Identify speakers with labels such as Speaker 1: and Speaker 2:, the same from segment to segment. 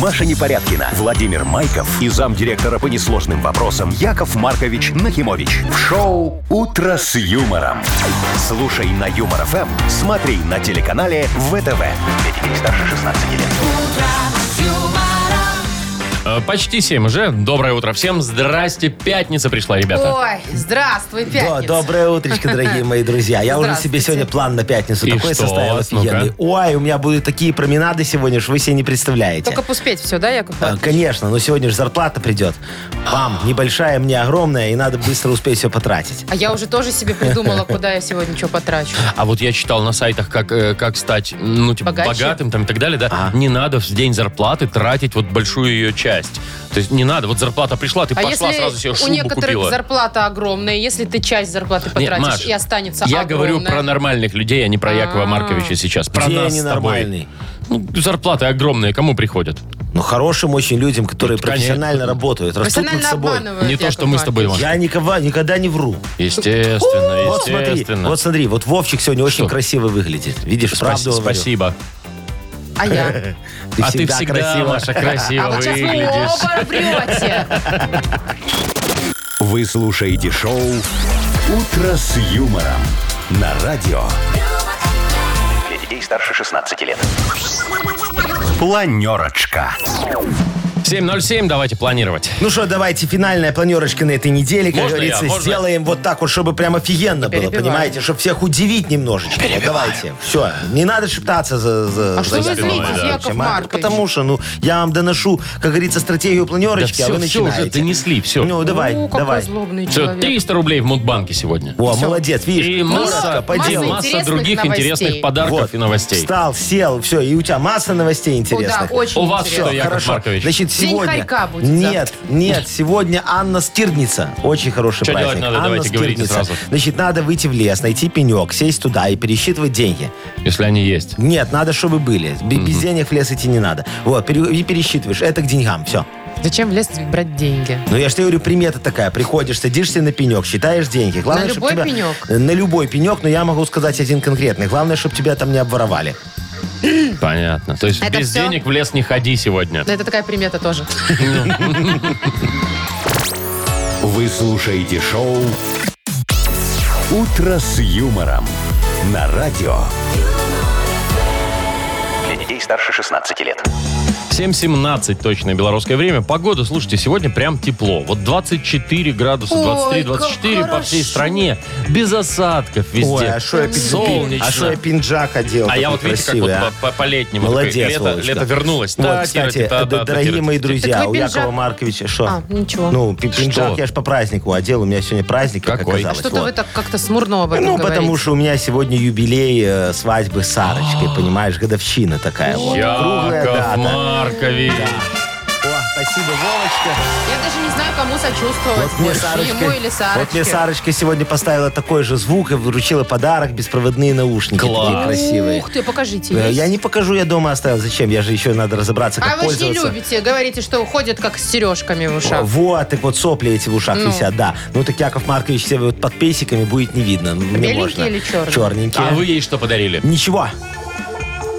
Speaker 1: Маша Непорядкина, Владимир Майков и замдиректора по несложным вопросам Яков Маркович Нахимович. В шоу «Утро с юмором». Слушай на Юмор ФМ, смотри на телеканале ВТВ. Для детей старше 16 лет.
Speaker 2: Э, Почти 7 уже. Доброе утро всем. Здрасте. Пятница пришла, ребята.
Speaker 3: Ой, здравствуй,
Speaker 4: Да,
Speaker 3: пятница.
Speaker 4: доброе утречко, дорогие мои друзья. Я уже себе
Speaker 3: Здравствуйте.
Speaker 4: сегодня план на пятницу
Speaker 2: И
Speaker 4: такой
Speaker 2: что?
Speaker 4: составил офигенный.
Speaker 2: Ну-ка.
Speaker 4: Ой, у меня будут такие променады сегодня, что вы себе не представляете.
Speaker 3: Только поспеть все, да, Яков
Speaker 4: А,
Speaker 3: Маркович?
Speaker 4: Конечно, но сегодня же зарплата придет. Вам небольшая, мне огромная, и надо быстро успеть все потратить.
Speaker 3: А я уже тоже себе придумала, куда я сегодня что потрачу.
Speaker 2: А вот я читал на сайтах, как, э, как стать ну, типа,
Speaker 3: Богаче?
Speaker 2: богатым там, и так далее. Да?
Speaker 4: Ага.
Speaker 2: Не надо в день зарплаты тратить вот большую ее часть. То есть не надо. Вот зарплата пришла, ты
Speaker 3: А
Speaker 2: пошла
Speaker 3: если
Speaker 2: сразу себе
Speaker 3: у
Speaker 2: шубу
Speaker 3: некоторых
Speaker 2: купила.
Speaker 3: зарплата огромная, если ты часть зарплаты
Speaker 2: Не,
Speaker 3: потратишь
Speaker 2: Маш,
Speaker 3: и останется
Speaker 2: Я говорю
Speaker 3: огромная?
Speaker 2: про нормальных людей, а не про Якова
Speaker 3: А.
Speaker 2: Марковича сейчас. Про
Speaker 4: Где
Speaker 2: нас
Speaker 4: они
Speaker 2: с тобой.
Speaker 4: нормальные?
Speaker 2: Ну, зарплаты огромные, кому приходят?
Speaker 4: Ну, хорошим очень людям, которые
Speaker 2: Ну, конечно.
Speaker 4: профессионально работают, растут над
Speaker 3: Профессионально
Speaker 4: собой.
Speaker 3: обманывают,
Speaker 2: Не то,
Speaker 3: Яков
Speaker 2: что мы с тобой,
Speaker 3: Маркович.
Speaker 4: Я никого, никогда не вру.
Speaker 2: Естественно,
Speaker 4: Вот смотри,
Speaker 2: Ну, естественно.
Speaker 4: вот смотри, вот Вовчик сегодня очень красиво выглядит. Видишь,
Speaker 2: Спас-
Speaker 4: правду говорю.
Speaker 2: спасибо.
Speaker 3: А я?
Speaker 2: а ты всегда, Маша, красиво
Speaker 3: А вот сейчас вы
Speaker 2: выглядишь.
Speaker 3: оба врете.
Speaker 1: Вы слушаете шоу «Утро с юмором» на радио. Для детей старше 16 лет. Планерочка.
Speaker 2: 7.07, давайте планировать.
Speaker 4: Ну что, давайте финальная планерочка на этой неделе, как
Speaker 2: Можно я?
Speaker 4: говорится,
Speaker 2: Можно?
Speaker 4: сделаем вот так вот, чтобы прям офигенно было,
Speaker 3: перебивай.
Speaker 4: понимаете, чтобы всех удивить немножечко. Давайте, все, не надо шептаться за. за
Speaker 3: А что
Speaker 4: за
Speaker 3: вы
Speaker 4: спиной,
Speaker 2: злитесь,
Speaker 4: да,
Speaker 3: Яков
Speaker 4: вообще,
Speaker 3: Маркович?
Speaker 4: Потому что, ну, я вам доношу, как говорится, стратегию планерочки,
Speaker 2: Да
Speaker 4: а вы
Speaker 2: всё, всё уже
Speaker 4: начинаете.
Speaker 2: донесли, всё.
Speaker 4: Ну давай,
Speaker 3: Ну, какой
Speaker 4: давай.
Speaker 3: злобный
Speaker 2: Все,
Speaker 3: человек.
Speaker 2: 300 рублей в Мудбанке сегодня.
Speaker 4: О, молодец, видишь,
Speaker 2: И масса,
Speaker 4: коротко, по
Speaker 2: и
Speaker 4: делу.
Speaker 2: масса
Speaker 3: Интересных
Speaker 2: других
Speaker 3: новостей.
Speaker 2: интересных подарков
Speaker 4: Вот,
Speaker 2: и новостей.
Speaker 4: Встал, сел, все, и у тебя масса новостей интересных.
Speaker 3: Да, очень
Speaker 2: У вас
Speaker 3: интересно.
Speaker 2: что, Яков Маркович?
Speaker 4: Значит,
Speaker 3: День
Speaker 4: сегодня...
Speaker 3: хорька будет
Speaker 4: нет, нет, сегодня Анна Стирница. Очень хороший
Speaker 2: Что
Speaker 4: праздник.
Speaker 2: делать надо?
Speaker 4: Анна
Speaker 2: Давайте, говорите
Speaker 4: Стирница.
Speaker 2: сразу.
Speaker 4: Значит, надо выйти в лес, найти пенек, сесть туда и пересчитывать деньги.
Speaker 2: Если они есть.
Speaker 4: Нет, надо, чтобы были. Б- Без денег в лес идти не надо. Вот, пере- и пересчитываешь. Это к деньгам, все.
Speaker 3: Зачем в лес брать деньги?
Speaker 4: Ну, я же тебе говорю, примета такая. Приходишь, садишься на пенек, считаешь деньги. Главное,
Speaker 3: На
Speaker 4: чтоб
Speaker 3: любой
Speaker 4: тебя-
Speaker 3: пенек?
Speaker 4: На любой пенек, но я могу сказать один конкретный. Главное, чтобы тебя там не обворовали.
Speaker 2: Понятно. То есть
Speaker 3: Хм. Это
Speaker 2: без
Speaker 3: всё?
Speaker 2: денег в лес не ходи сегодня.
Speaker 3: Да это такая примета тоже.
Speaker 1: Вы слушаете шоу «Утро с юмором» на радио. Для детей старше 16 лет.
Speaker 2: 7.17 точное белорусское время. Погода, слушайте, сегодня прям тепло. Вот 24 градуса,
Speaker 3: Ой,
Speaker 2: 23-24
Speaker 3: как
Speaker 2: по всей
Speaker 3: хорошо.
Speaker 2: стране. Без осадков везде.
Speaker 4: Ой, а шо я пин-
Speaker 2: Солнечно.
Speaker 4: А шо я пинджак одел?
Speaker 2: А я
Speaker 4: такой
Speaker 2: вот, видите, как вот
Speaker 4: красивый, а?
Speaker 2: по- по- по-летнему.
Speaker 4: Молодец,
Speaker 2: такой. лето,
Speaker 4: Вовочка.
Speaker 2: лето вернулось. типа,
Speaker 4: Вот,
Speaker 2: Та-тира,
Speaker 4: кстати,
Speaker 2: та-та,
Speaker 4: э, да,
Speaker 2: та-тира,
Speaker 4: дорогие мои
Speaker 2: та-тира.
Speaker 4: друзья,
Speaker 3: Так
Speaker 4: у
Speaker 3: вы пинжак-
Speaker 4: Якова Марковича что?
Speaker 3: А, ничего.
Speaker 4: Ну, пи- пинжак
Speaker 2: Что?
Speaker 4: я ж по празднику одел, у меня сегодня праздник, как
Speaker 2: Какой?
Speaker 4: оказалось.
Speaker 3: Что-то
Speaker 4: вот.
Speaker 3: вы так как-то смурно об этом
Speaker 4: Ну, потому
Speaker 3: говорите.
Speaker 4: что у меня сегодня юбилей э, свадьбы Сарочки, понимаешь, годовщина такая вот. Круглая
Speaker 2: А. Яков
Speaker 4: дата.
Speaker 2: Маркович.
Speaker 4: О, спасибо, Вовочка.
Speaker 3: Я даже не знаю, кому сочувствовать.
Speaker 4: Вот мне
Speaker 3: больше,
Speaker 4: Сарочка,
Speaker 3: Ему или
Speaker 4: вот мне
Speaker 3: Сарочке.
Speaker 4: Сарочка сегодня поставила такой же звук и вручила подарок, беспроводные наушники.
Speaker 2: Класс.
Speaker 4: Такие красивые.
Speaker 3: Ух ты, покажите.
Speaker 4: Э,
Speaker 3: есть?
Speaker 4: Я не покажу, я дома оставил. Зачем? Я же еще надо разобраться, как
Speaker 3: А вы ж не
Speaker 4: пользоваться.
Speaker 3: любите. Говорите, что уходят как с сережками в ушах.
Speaker 4: Вот, так вот сопли эти в ушах висят, да. Ну так Яков Маркович себе вот под песиками будет не видно. Ну, не
Speaker 3: Беленькие
Speaker 4: можно.
Speaker 3: или черные?
Speaker 4: Черненькие.
Speaker 2: А вы ей что подарили?
Speaker 4: Ничего,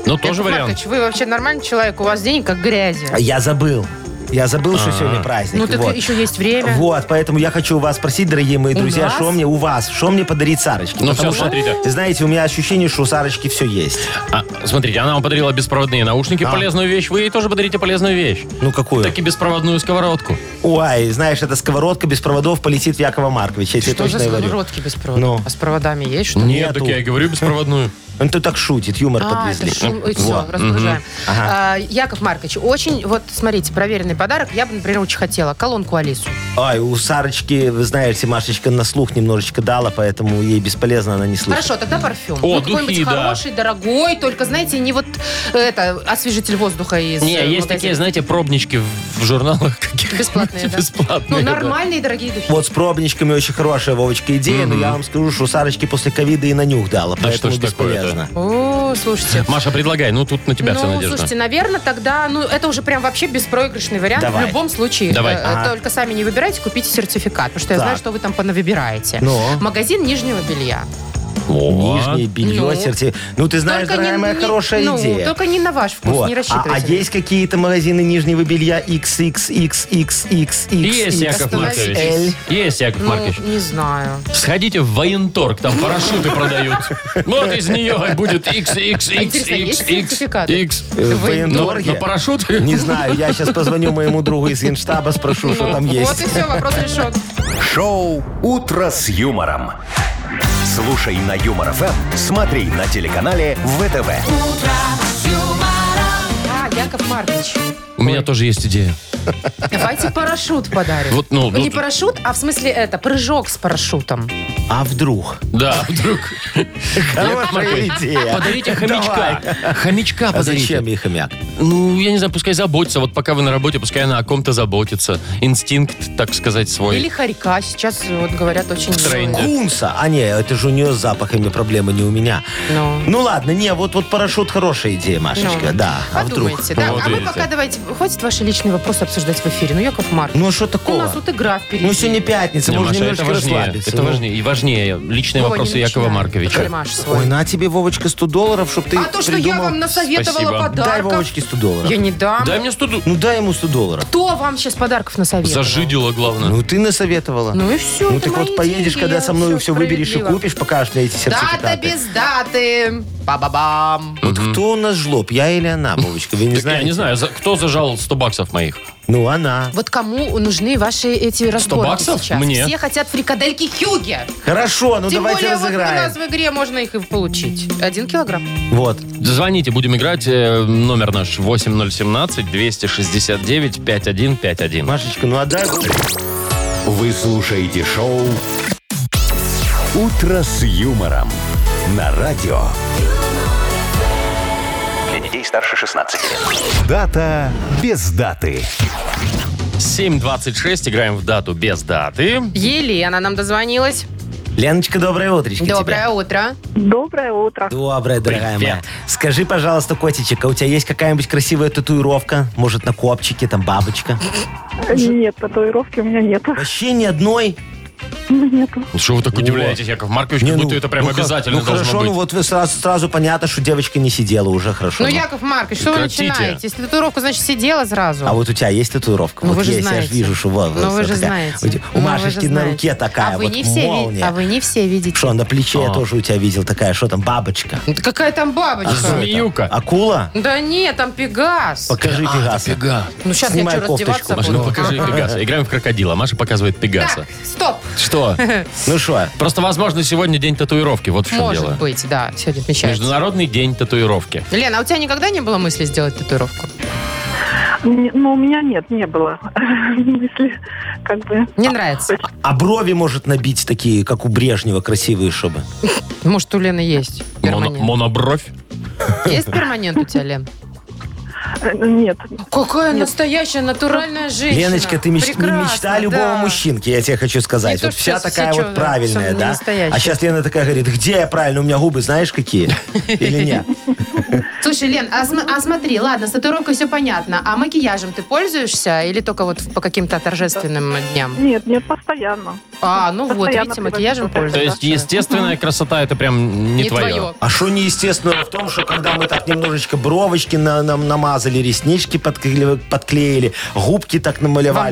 Speaker 2: Ну, тоже
Speaker 3: Яков
Speaker 2: вариант.
Speaker 3: Маркович, вы вообще нормальный человек, у вас денег как грязи.
Speaker 4: А я забыл. Я забыл,
Speaker 2: А.
Speaker 4: что сегодня праздник.
Speaker 3: Ну так
Speaker 4: вот.
Speaker 3: еще есть время.
Speaker 4: Вот, поэтому я хочу у вас спросить, дорогие мои
Speaker 3: У
Speaker 4: друзья,
Speaker 3: нас?
Speaker 4: что мне у вас, что мне подарить Сарочке?
Speaker 2: Ну
Speaker 4: Потому
Speaker 2: всё, смотрите.
Speaker 4: что, знаете, у меня ощущение, что у Сарочки все есть.
Speaker 2: А, смотрите, она вам подарила беспроводные наушники,
Speaker 4: Да.
Speaker 2: полезную вещь. Вы ей тоже подарите полезную вещь.
Speaker 4: Ну какую?
Speaker 2: Так и беспроводную сковородку.
Speaker 4: Ой, знаешь, эта сковородка без проводов полетит в Якова Марковича. Я тебе
Speaker 3: Что за
Speaker 4: точно говорю.
Speaker 3: сковородки без провода?
Speaker 4: Ну.
Speaker 3: А с проводами есть что-то?
Speaker 2: Нет,
Speaker 4: Нету.
Speaker 2: так я и говорю беспроводную.
Speaker 4: Он тут так шутит, юмор
Speaker 3: А,
Speaker 4: подвезли.
Speaker 3: это шум. И все, разгружаем. А, Яков Маркович, очень, вот смотрите, проверенный подарок. Я бы, например, очень хотела. Колонку Алису.
Speaker 4: Ой, у Сарочки, вы знаете, Машечка на слух немножечко дала, поэтому ей бесполезно, она не слышит.
Speaker 3: Хорошо, тогда парфюм.
Speaker 2: О,
Speaker 3: ну, какой-нибудь
Speaker 2: духи, да.
Speaker 3: хороший, дорогой, только, знаете, не вот э, это, освежитель воздуха из
Speaker 2: Не,
Speaker 3: э,
Speaker 2: есть
Speaker 3: магазина.
Speaker 2: такие, знаете, пробнички в, в журналах каких
Speaker 3: Бесплатные, да?
Speaker 2: Бесплатные.
Speaker 3: Ну,
Speaker 2: да.
Speaker 3: нормальные, дорогие духи.
Speaker 4: Вот с пробничками очень хорошая, Вовочка, идея, но я вам скажу, что у Сарочки после ковида и на нюх дала,
Speaker 2: что
Speaker 4: поэтому
Speaker 2: ж такое-то?
Speaker 4: бесполезно.
Speaker 3: О, слушайте.
Speaker 2: Маша, предлагай, ну тут на тебя
Speaker 3: ну,
Speaker 2: вся надежда.
Speaker 3: слушайте, наверное, тогда, ну, это уже прям вообще беспроигрышный вариант.
Speaker 4: Давай.
Speaker 3: В любом случае,
Speaker 2: Давай.
Speaker 3: Э,
Speaker 4: Ага.
Speaker 3: только сами не выбирайте, купите сертификат, потому что я
Speaker 4: Так.
Speaker 3: знаю, что вы там понавыбираете.
Speaker 4: Ну?
Speaker 3: Магазин нижнего белья.
Speaker 2: слово.
Speaker 4: Нижнее белье,
Speaker 3: Ну.
Speaker 4: серти- Ну, ты знаешь,
Speaker 3: Только
Speaker 4: дорогая
Speaker 3: не-
Speaker 4: моя,
Speaker 3: не-
Speaker 4: хорошая
Speaker 3: ну,
Speaker 4: идея.
Speaker 3: только не на ваш вкус,
Speaker 4: Вот.
Speaker 3: не
Speaker 4: А-
Speaker 3: рассчитывайте.
Speaker 4: А, есть какие-то магазины нижнего белья XXXXXX.
Speaker 2: Есть, Яков
Speaker 3: Остановись.
Speaker 2: Маркович. Есть, Яков
Speaker 3: Ну,
Speaker 2: Маркович.
Speaker 3: не знаю.
Speaker 2: Сходите в военторг, там парашюты продают. Вот из нее будет X, X, X,
Speaker 3: Интересно,
Speaker 2: X,
Speaker 3: есть
Speaker 2: X,
Speaker 3: сертификаты?
Speaker 2: X.
Speaker 4: Э, В
Speaker 2: Ну,
Speaker 4: военторге?
Speaker 2: на парашют?
Speaker 4: Не знаю, я сейчас позвоню моему другу из Генштаба, спрошу, Ну, что там
Speaker 3: Ну, Вот и
Speaker 4: есть.
Speaker 3: все, вопрос решен.
Speaker 1: Шоу «Утро с юмором». Слушай на Юмор ФМ, смотри на телеканале ВТВ.
Speaker 3: А, Яков Маркович,
Speaker 2: У меня тоже есть идея.
Speaker 3: давайте парашют подарим.
Speaker 2: Вот, ну,
Speaker 3: не
Speaker 2: ну-
Speaker 3: парашют, а в смысле это, прыжок с парашютом.
Speaker 4: А вдруг?
Speaker 2: Да, вдруг. Яков
Speaker 4: Хорошая
Speaker 2: Маркович,
Speaker 4: идея.
Speaker 2: Подарите хомячка. Хомячка
Speaker 4: А зачем
Speaker 2: подарите.
Speaker 4: мне хомяк?
Speaker 2: Ну, я не знаю, пускай заботится. Вот пока вы на работе, пускай она о ком-то заботится. Инстинкт, так сказать,
Speaker 3: Или
Speaker 2: свой.
Speaker 3: хорька, сейчас вот говорят очень...
Speaker 2: В тренде.
Speaker 4: Кунса. А не, это же у нее с запахами проблемы, не у меня.
Speaker 3: Ну.
Speaker 4: Ну ладно, не, вот вот парашют хорошая идея, Машечка,
Speaker 3: Ну,
Speaker 4: да. А вдруг?
Speaker 3: Подумайте, да. А мы
Speaker 2: Подумайте.
Speaker 3: пока давайте... Хватит ваши личные вопросы обсуждать в эфире. Ну, Яков Маркович,
Speaker 4: Ну а что
Speaker 3: у
Speaker 4: такого?
Speaker 3: нас тут игра впереди.
Speaker 4: Ну сегодня пятница,
Speaker 2: Не,
Speaker 4: можно
Speaker 2: Маша, а это
Speaker 4: немножко
Speaker 2: важнее.
Speaker 4: расслабиться.
Speaker 2: Это
Speaker 4: ну.
Speaker 2: важнее. И важнее личные
Speaker 3: Ой, не
Speaker 2: вопросы
Speaker 3: начинай,
Speaker 2: Якова
Speaker 3: ты
Speaker 2: Марковича.
Speaker 3: понимаешь свой.
Speaker 4: Ой, на тебе, Вовочка, 100 долларов, чтобы ты
Speaker 3: А то, что я
Speaker 4: придумал.
Speaker 3: вам насоветовала
Speaker 2: Спасибо.
Speaker 3: подарков...
Speaker 4: Дай Вовочке 100 долларов.
Speaker 3: Я не дам.
Speaker 2: Дай мне 100 ду-
Speaker 4: Ну дай ему 100 долларов.
Speaker 3: Кто вам сейчас подарков насоветовал?
Speaker 2: Зажидила, главное.
Speaker 4: Ну ты насоветовала.
Speaker 3: Ну и все.
Speaker 4: Ну так вот поедешь, когда со мной все выберешь и купишь, покажешь мне эти
Speaker 3: Дата
Speaker 4: сертификаты.
Speaker 3: без даты. Ба-ба-бам.
Speaker 4: Вот кто у нас жлоб, я или она, Вовочка? Вы
Speaker 2: Так
Speaker 4: не
Speaker 2: я
Speaker 4: знаете?
Speaker 2: не знаю, за- кто зажал 100 баксов моих?
Speaker 4: Ну она.
Speaker 3: Вот кому нужны ваши эти разборки
Speaker 2: баксов?
Speaker 3: сейчас?
Speaker 2: Мне.
Speaker 3: Все хотят фрикадельки Хьюги.
Speaker 4: Хорошо, ну
Speaker 3: Тем
Speaker 4: давайте
Speaker 3: более вот у нас
Speaker 4: разыграем.
Speaker 3: в игре можно их и получить. Один килограмм.
Speaker 4: Вот.
Speaker 2: Звоните, будем играть. Э, Номер наш 8017-269-5151.
Speaker 4: Машечка, ну отдай.
Speaker 1: Вы слушаете шоу «Утро с юмором» на радио. Для детей старше 16 лет. Дата без даты.
Speaker 2: 7.26, играем в дату без даты.
Speaker 3: Елена нам дозвонилась.
Speaker 4: Леночка, доброе утречко
Speaker 3: Доброе утро.
Speaker 5: Доброе утро.
Speaker 4: тебе. Доброе, дорогая
Speaker 2: Привет.
Speaker 4: моя. Скажи, пожалуйста, котичек, а у тебя есть какая-нибудь красивая татуировка? Может, на копчике, там бабочка?
Speaker 5: Нет, татуировки у меня нету.
Speaker 4: Вообще ни одной.
Speaker 5: Нету.
Speaker 2: Ну, Что вы так
Speaker 4: О.
Speaker 2: удивляетесь, Яков Маркович,
Speaker 4: Не,
Speaker 2: как
Speaker 4: ну,
Speaker 2: будто это прям
Speaker 4: ну, хо-
Speaker 2: обязательно
Speaker 4: Ну
Speaker 2: должно
Speaker 4: хорошо,
Speaker 2: быть.
Speaker 4: ну вот вы сразу, сразу понятно, что девочка не сидела уже, хорошо.
Speaker 3: Ну,
Speaker 4: ну.
Speaker 3: Яков Маркович, что вы
Speaker 2: Прекратите.
Speaker 3: начинаете? Если татуировку, значит, сидела сразу.
Speaker 4: А вот у тебя есть татуировка?
Speaker 3: Ну,
Speaker 4: вот
Speaker 3: вы же
Speaker 4: есть, я
Speaker 3: знаете.
Speaker 4: же вижу, что вот.
Speaker 3: Ну,
Speaker 4: вот
Speaker 3: вы же
Speaker 4: такая. У
Speaker 3: знаете.
Speaker 4: тебя-
Speaker 3: Ну,
Speaker 4: У
Speaker 3: вы
Speaker 4: Машечки
Speaker 3: же
Speaker 4: на
Speaker 3: знаете.
Speaker 4: руке такая
Speaker 3: а вы
Speaker 4: вот
Speaker 3: не все ви-
Speaker 4: молния.
Speaker 3: А вы не все видите.
Speaker 4: Что, на плече
Speaker 2: А.
Speaker 4: я тоже у тебя видел такая, что там, бабочка?
Speaker 3: Ну, да какая там
Speaker 4: А
Speaker 3: бабочка?
Speaker 2: Змеюка.
Speaker 4: Акула?
Speaker 3: Да нет, там пегас.
Speaker 4: Покажи
Speaker 2: А,
Speaker 4: Пегаса.
Speaker 2: Пега.
Speaker 3: Ну, сейчас
Speaker 4: Снимай
Speaker 3: я что, раздеваться
Speaker 4: кофточку.
Speaker 2: Маша,
Speaker 3: буду?
Speaker 2: ну покажи Пегаса. Играем в крокодила. Маша показывает Пегаса.
Speaker 3: Так, стоп.
Speaker 2: Что?
Speaker 4: Ну что,
Speaker 2: Просто, возможно, сегодня день татуировки. Вот в чем
Speaker 3: Может
Speaker 2: дело.
Speaker 3: быть, да, сегодня отмечается.
Speaker 2: Международный день татуировки.
Speaker 3: Лена, а у тебя никогда не было мысли сделать татуировку?
Speaker 5: Не- Ну, у меня нет, не было мысли. Как бы...
Speaker 3: Не нравится.
Speaker 4: а брови может набить такие, как у Брежнева, красивые, чтобы?
Speaker 3: Может, у Лены есть
Speaker 2: Моно-
Speaker 3: перманент?
Speaker 2: монобровь.
Speaker 3: Есть перманент у тебя, Лен?
Speaker 5: э, Нет.
Speaker 3: Какая настоящая натуральная женщина.
Speaker 4: Леночка, ты меч- ну,
Speaker 3: Прекрасно,
Speaker 4: мечта любого
Speaker 3: да.
Speaker 4: мужчинки, я тебе хочу сказать.
Speaker 3: Не то,
Speaker 4: Вот
Speaker 3: что
Speaker 4: вся
Speaker 3: сейчас
Speaker 4: такая
Speaker 3: все
Speaker 4: вот
Speaker 3: чё,
Speaker 4: правильная,
Speaker 3: сам не
Speaker 4: да?
Speaker 3: настоящий.
Speaker 4: А сейчас Лена такая говорит, где я правильно, у меня губы знаешь какие? Или нет?
Speaker 3: Слушай, Лен, а, см- а смотри, ладно, с татуировкой все понятно. А макияжем ты пользуешься или только вот по каким-то торжественным дням?
Speaker 5: Нет, нет, постоянно.
Speaker 3: А, ну вот,
Speaker 5: Постоянно
Speaker 3: видите,
Speaker 5: привожу
Speaker 3: макияжем
Speaker 5: фотографии.
Speaker 2: То
Speaker 3: пользуешься.
Speaker 2: есть естественная красота это прям не,
Speaker 3: Не
Speaker 2: твое.
Speaker 3: твое.
Speaker 4: А что неестественного в том, что когда мы так немножечко бровочки на- нам намазали, реснички подклеили, подклеили, губки так намалевали.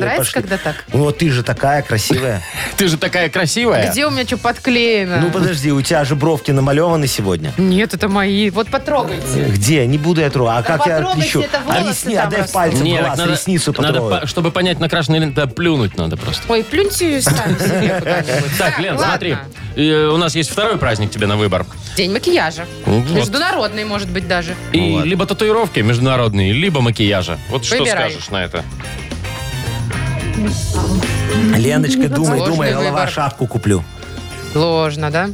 Speaker 3: Вам нравится,
Speaker 4: пошли.
Speaker 3: когда так?
Speaker 4: Ну, вот ты же такая красивая.
Speaker 2: Ты же такая красивая.
Speaker 3: Где у меня что подклеено?
Speaker 4: Ну, подожди, у тебя же бровки намалеваны сегодня.
Speaker 3: Нет, это мои. Вот потрогайте.
Speaker 4: Где? Не буду я трогать. А
Speaker 3: Да
Speaker 4: как я
Speaker 3: потрогайте,
Speaker 4: отличу?
Speaker 3: это
Speaker 4: А
Speaker 3: волосы
Speaker 4: ресни,
Speaker 3: там
Speaker 4: а дай
Speaker 3: растут.
Speaker 4: пальцем
Speaker 2: Не,
Speaker 4: в
Speaker 2: так
Speaker 4: глаз, ресницу
Speaker 2: надо
Speaker 4: потрогаю.
Speaker 2: по- чтобы понять, накрашенная лента, плюнуть надо просто.
Speaker 3: Ой, плюньте сами себе куда-нибудь.
Speaker 2: Так, Лен,
Speaker 3: ладно.
Speaker 2: смотри, э, у нас есть второй праздник тебе на выбор.
Speaker 3: День макияжа.
Speaker 2: Вот.
Speaker 3: Международный, может быть, даже.
Speaker 2: И
Speaker 4: Вот.
Speaker 2: либо татуировки международные, либо макияжа. Вот что
Speaker 3: Выбирай.
Speaker 2: скажешь на это?
Speaker 4: Леночка, думай,
Speaker 3: Сложный
Speaker 4: думай, голова
Speaker 3: выбор.
Speaker 4: шапку куплю.
Speaker 3: Ложно, да?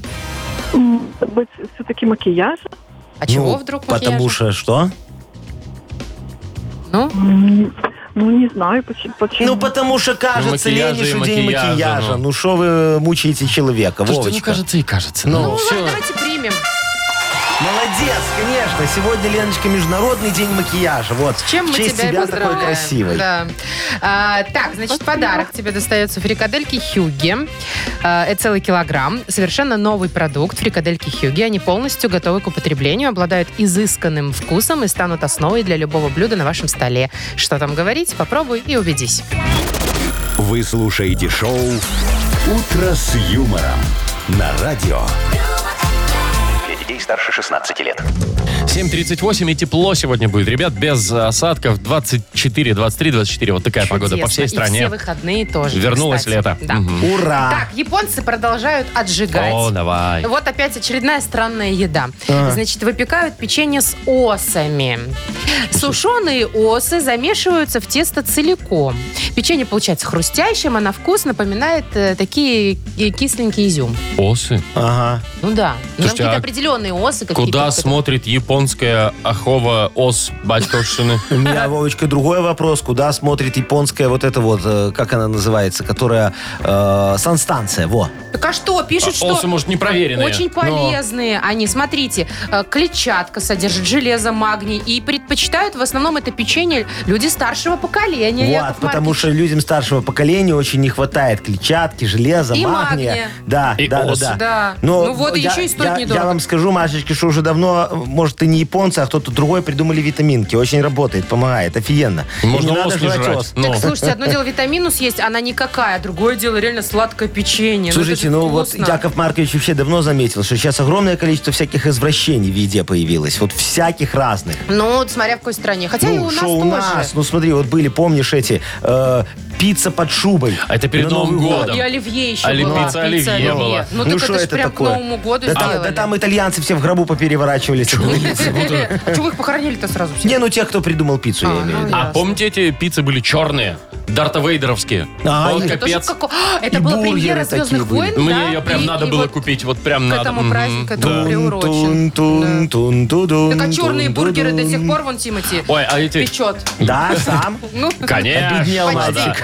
Speaker 5: Может быть, все-таки макияж?
Speaker 3: А чего
Speaker 4: Ну,
Speaker 3: вдруг
Speaker 4: Потому
Speaker 3: макияж?
Speaker 4: что что?
Speaker 3: Ну,
Speaker 5: М, Ну, не знаю, почему. почему.
Speaker 4: Ну, потому что кажется,
Speaker 2: Ну, макияжа и
Speaker 4: Лене день
Speaker 2: макияжа,
Speaker 4: макияжа.
Speaker 2: ну.
Speaker 4: Ну, что вы мучаете человека,
Speaker 2: То, что не
Speaker 4: Вовочка?
Speaker 2: кажется и кажется.
Speaker 4: Ну,
Speaker 3: ну
Speaker 2: все.
Speaker 3: ладно, давайте примем.
Speaker 4: Молодец, конечно. Сегодня, Леночка, Международный день макияжа. Вот.
Speaker 3: Чем мы
Speaker 4: В честь
Speaker 3: тебя и
Speaker 4: такой
Speaker 3: поздравляем.
Speaker 4: красивой.
Speaker 3: Да. А, так, значит, подарок тебе достается фрикадельки Хьюги. А, это целый килограмм. Совершенно новый продукт фрикадельки Хьюги. Они полностью готовы к употреблению, обладают изысканным вкусом и станут основой для любого блюда на вашем столе. Что там говорить, попробуй и убедись.
Speaker 1: Вы слушаете шоу «Утро с юмором» на радио. Для детей старше 16 лет.
Speaker 2: 7.38 и тепло сегодня будет. Ребят, без осадков 24, 23, 24. Вот такая погода по
Speaker 3: Чудесно.
Speaker 2: всей
Speaker 3: И все
Speaker 2: стране.
Speaker 3: выходные тоже.
Speaker 2: Вернулось
Speaker 3: кстати.
Speaker 2: лето.
Speaker 3: Да.
Speaker 2: Мгм.
Speaker 4: Ура!
Speaker 3: Так, японцы продолжают отжигать.
Speaker 2: О, давай.
Speaker 3: Вот опять очередная странная еда.
Speaker 2: А.
Speaker 3: Значит, выпекают печенье с осами. Сушеные осы замешиваются в тесто целиком. Печенье получается хрустящим, а на вкус напоминает э, такие э, кисленькие изюм.
Speaker 2: Осы.
Speaker 4: Ага.
Speaker 3: Ну да.
Speaker 2: Слушайте,
Speaker 3: Ну, там какие-то
Speaker 2: а
Speaker 3: определенные осы какие-то.
Speaker 2: Куда
Speaker 3: какой-то-
Speaker 2: смотрит японская ахова ос батьковщины?
Speaker 4: У меня, Вовочка, другой вопрос. Куда смотрит японская вот эта вот, э, как она называется, которая э, санстанция, во.
Speaker 3: Так а что? Пишут, что...
Speaker 2: Осы, может, Ну. не проверенные.
Speaker 3: Очень полезные они. Смотрите, э, клетчатка содержит железо, магний. И предпочитают в основном это печенье люди старшего поколения.
Speaker 4: вот,
Speaker 3: Яков
Speaker 4: потому
Speaker 3: Маркович.
Speaker 4: что людям старшего поколения очень не хватает клетчатки, железа,
Speaker 3: И
Speaker 4: магния.
Speaker 3: магния.
Speaker 4: Да,
Speaker 2: И
Speaker 4: да, да,
Speaker 2: ос.
Speaker 4: да,
Speaker 3: Да.
Speaker 4: Но
Speaker 3: Ну вот, и
Speaker 4: я-
Speaker 3: еще и стоит
Speaker 4: я-
Speaker 3: недорого.
Speaker 4: Я вам скажу, Машечка, что уже давно, э, может, и не японцы, а кто-то другой придумали витаминки. Очень работает, помогает, офигенно. И
Speaker 2: Можно
Speaker 4: не надо
Speaker 2: ос не
Speaker 4: жрать
Speaker 2: жрать.
Speaker 4: ос.
Speaker 2: Ну.
Speaker 3: Так, слушайте, одно дело витамину съесть, она никакая. Другое дело реально сладкое печенье.
Speaker 4: Слушайте, ну, вот
Speaker 3: я
Speaker 4: Яков Маркович вообще давно заметил, что сейчас огромное количество всяких извращений в еде появилось. Вот всяких разных.
Speaker 3: Ну, вот смотря в какой стране. Хотя и у нас
Speaker 4: Ну, шо
Speaker 3: тоже.
Speaker 4: Ну, смотри, вот были, помнишь, эти э, пицца под шубой.
Speaker 2: А это перед
Speaker 4: На
Speaker 2: Новым годом.
Speaker 3: И оливье еще
Speaker 2: Оливье,
Speaker 3: была.
Speaker 2: пицца оливье была.
Speaker 3: Ну, так
Speaker 4: шо
Speaker 3: это, ж прям к Новому году
Speaker 4: да,
Speaker 3: сделали.
Speaker 4: там, да там итальянцы все в гробу попереворачивались.
Speaker 3: А чего вы их похоронили-то сразу все?
Speaker 4: Не, ну тех, кто придумал пиццу, я
Speaker 3: А,
Speaker 4: имею в
Speaker 3: ну,
Speaker 4: виду.
Speaker 2: А
Speaker 3: Ясно.
Speaker 2: помните, эти пиццы были черные? Дарта Вейдеровские.
Speaker 4: А,
Speaker 2: Вот
Speaker 4: и-
Speaker 3: Тоже
Speaker 2: капец.
Speaker 3: како- А, Это
Speaker 4: И
Speaker 3: была
Speaker 4: бургеры
Speaker 3: премьера
Speaker 4: такие
Speaker 3: «Звездных
Speaker 4: были.
Speaker 3: войн»,
Speaker 2: Мне
Speaker 3: да?
Speaker 2: ее прям
Speaker 3: И-
Speaker 2: надо
Speaker 3: и
Speaker 2: было
Speaker 3: вот
Speaker 2: купить. Вот прям
Speaker 3: К
Speaker 2: надо.
Speaker 3: этому
Speaker 2: Мгм.
Speaker 3: празднику это
Speaker 2: Да.
Speaker 3: приурочен. Да.
Speaker 4: тун
Speaker 3: Так а черные бургеры до сих пор вон Тимати
Speaker 2: Ой, а эти...
Speaker 3: печет.
Speaker 4: Да, сам.
Speaker 3: Ну,
Speaker 4: Обеднел
Speaker 2: Конечно,
Speaker 3: почти.
Speaker 2: да.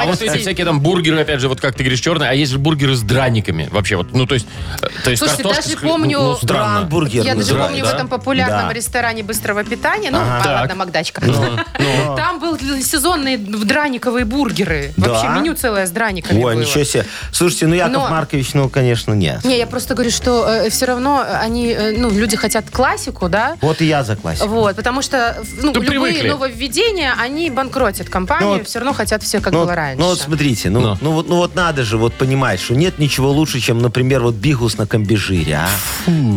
Speaker 2: А вот эти
Speaker 3: Почти.
Speaker 2: всякие там бургеры, опять же, вот как ты говоришь, черные, а есть же бургеры с драниками вообще. Вот, ну, то есть, э, то есть
Speaker 3: Слушайте,
Speaker 2: картошка
Speaker 3: даже
Speaker 2: с хре-
Speaker 3: помню-
Speaker 2: ну, странно.
Speaker 4: Брандбургер.
Speaker 3: Я даже
Speaker 2: Здравия,
Speaker 3: помню в
Speaker 2: да?
Speaker 4: называется.
Speaker 3: этом популярном
Speaker 4: Да.
Speaker 3: ресторане быстрого питания, ну,
Speaker 4: Ага. Ну,
Speaker 3: по-
Speaker 2: Так.
Speaker 3: ладно, Магдачка. Там были сезонные дрaniковые бургеры.
Speaker 4: Да?
Speaker 3: Вообще меню целое с драниками
Speaker 4: Ой,
Speaker 3: было.
Speaker 4: ничего себе. Слушайте, ну
Speaker 3: Но-
Speaker 4: Яков Маркович, ну, конечно, нет.
Speaker 3: Не, я просто говорю, что все равно они, э, ну, люди хотят классику, да?
Speaker 4: Вот и я за классику.
Speaker 3: Вот, потому что в- ну,
Speaker 2: Ну,
Speaker 3: любые
Speaker 2: привыкли.
Speaker 3: нововведения, они банкротят компанию,
Speaker 4: Ну, вот-
Speaker 3: все равно хотят все, как
Speaker 4: Ну,
Speaker 3: было
Speaker 4: вот-
Speaker 3: раньше.
Speaker 4: ну вот смотрите, ну,
Speaker 2: Ну.
Speaker 4: ну вот, ну вот надо же вот понимать, что нет ничего лучше, чем, например, вот бигус на комбижире, а?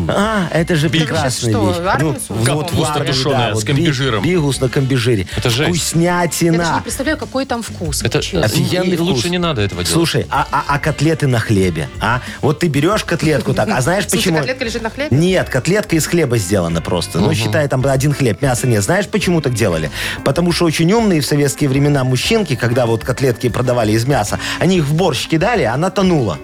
Speaker 4: А, это же
Speaker 3: Бигус.
Speaker 4: прекрасная
Speaker 3: Так вы
Speaker 4: вещь.
Speaker 3: сейчас
Speaker 4: Ну,
Speaker 3: что, армию служите? Капуста
Speaker 4: армии,
Speaker 2: тушеная с
Speaker 4: би-
Speaker 2: комбижиром.
Speaker 4: Бигус на комбижире.
Speaker 2: Это жесть.
Speaker 3: я даже не
Speaker 4: Вкуснятина.
Speaker 3: представляю, какой там вкус.
Speaker 2: Это
Speaker 3: честно.
Speaker 4: Офигенный
Speaker 2: и лучше
Speaker 4: вкус.
Speaker 2: не надо этого делать.
Speaker 4: Слушай, а, а- а котлеты на хлебе, а? Вот ты берешь котлетку так, а знаешь
Speaker 3: В смысле,
Speaker 4: почему?
Speaker 3: котлетка лежит на хлебе?
Speaker 4: Нет, котлетка из хлеба сделана просто. Ну, считай, там один хлеб, мяса нет. Знаешь, почему так делали? Потому что очень умные в советские времена мужчинки, когда вот котлетки продавали из мяса, они их в борщ кидали, она тонула.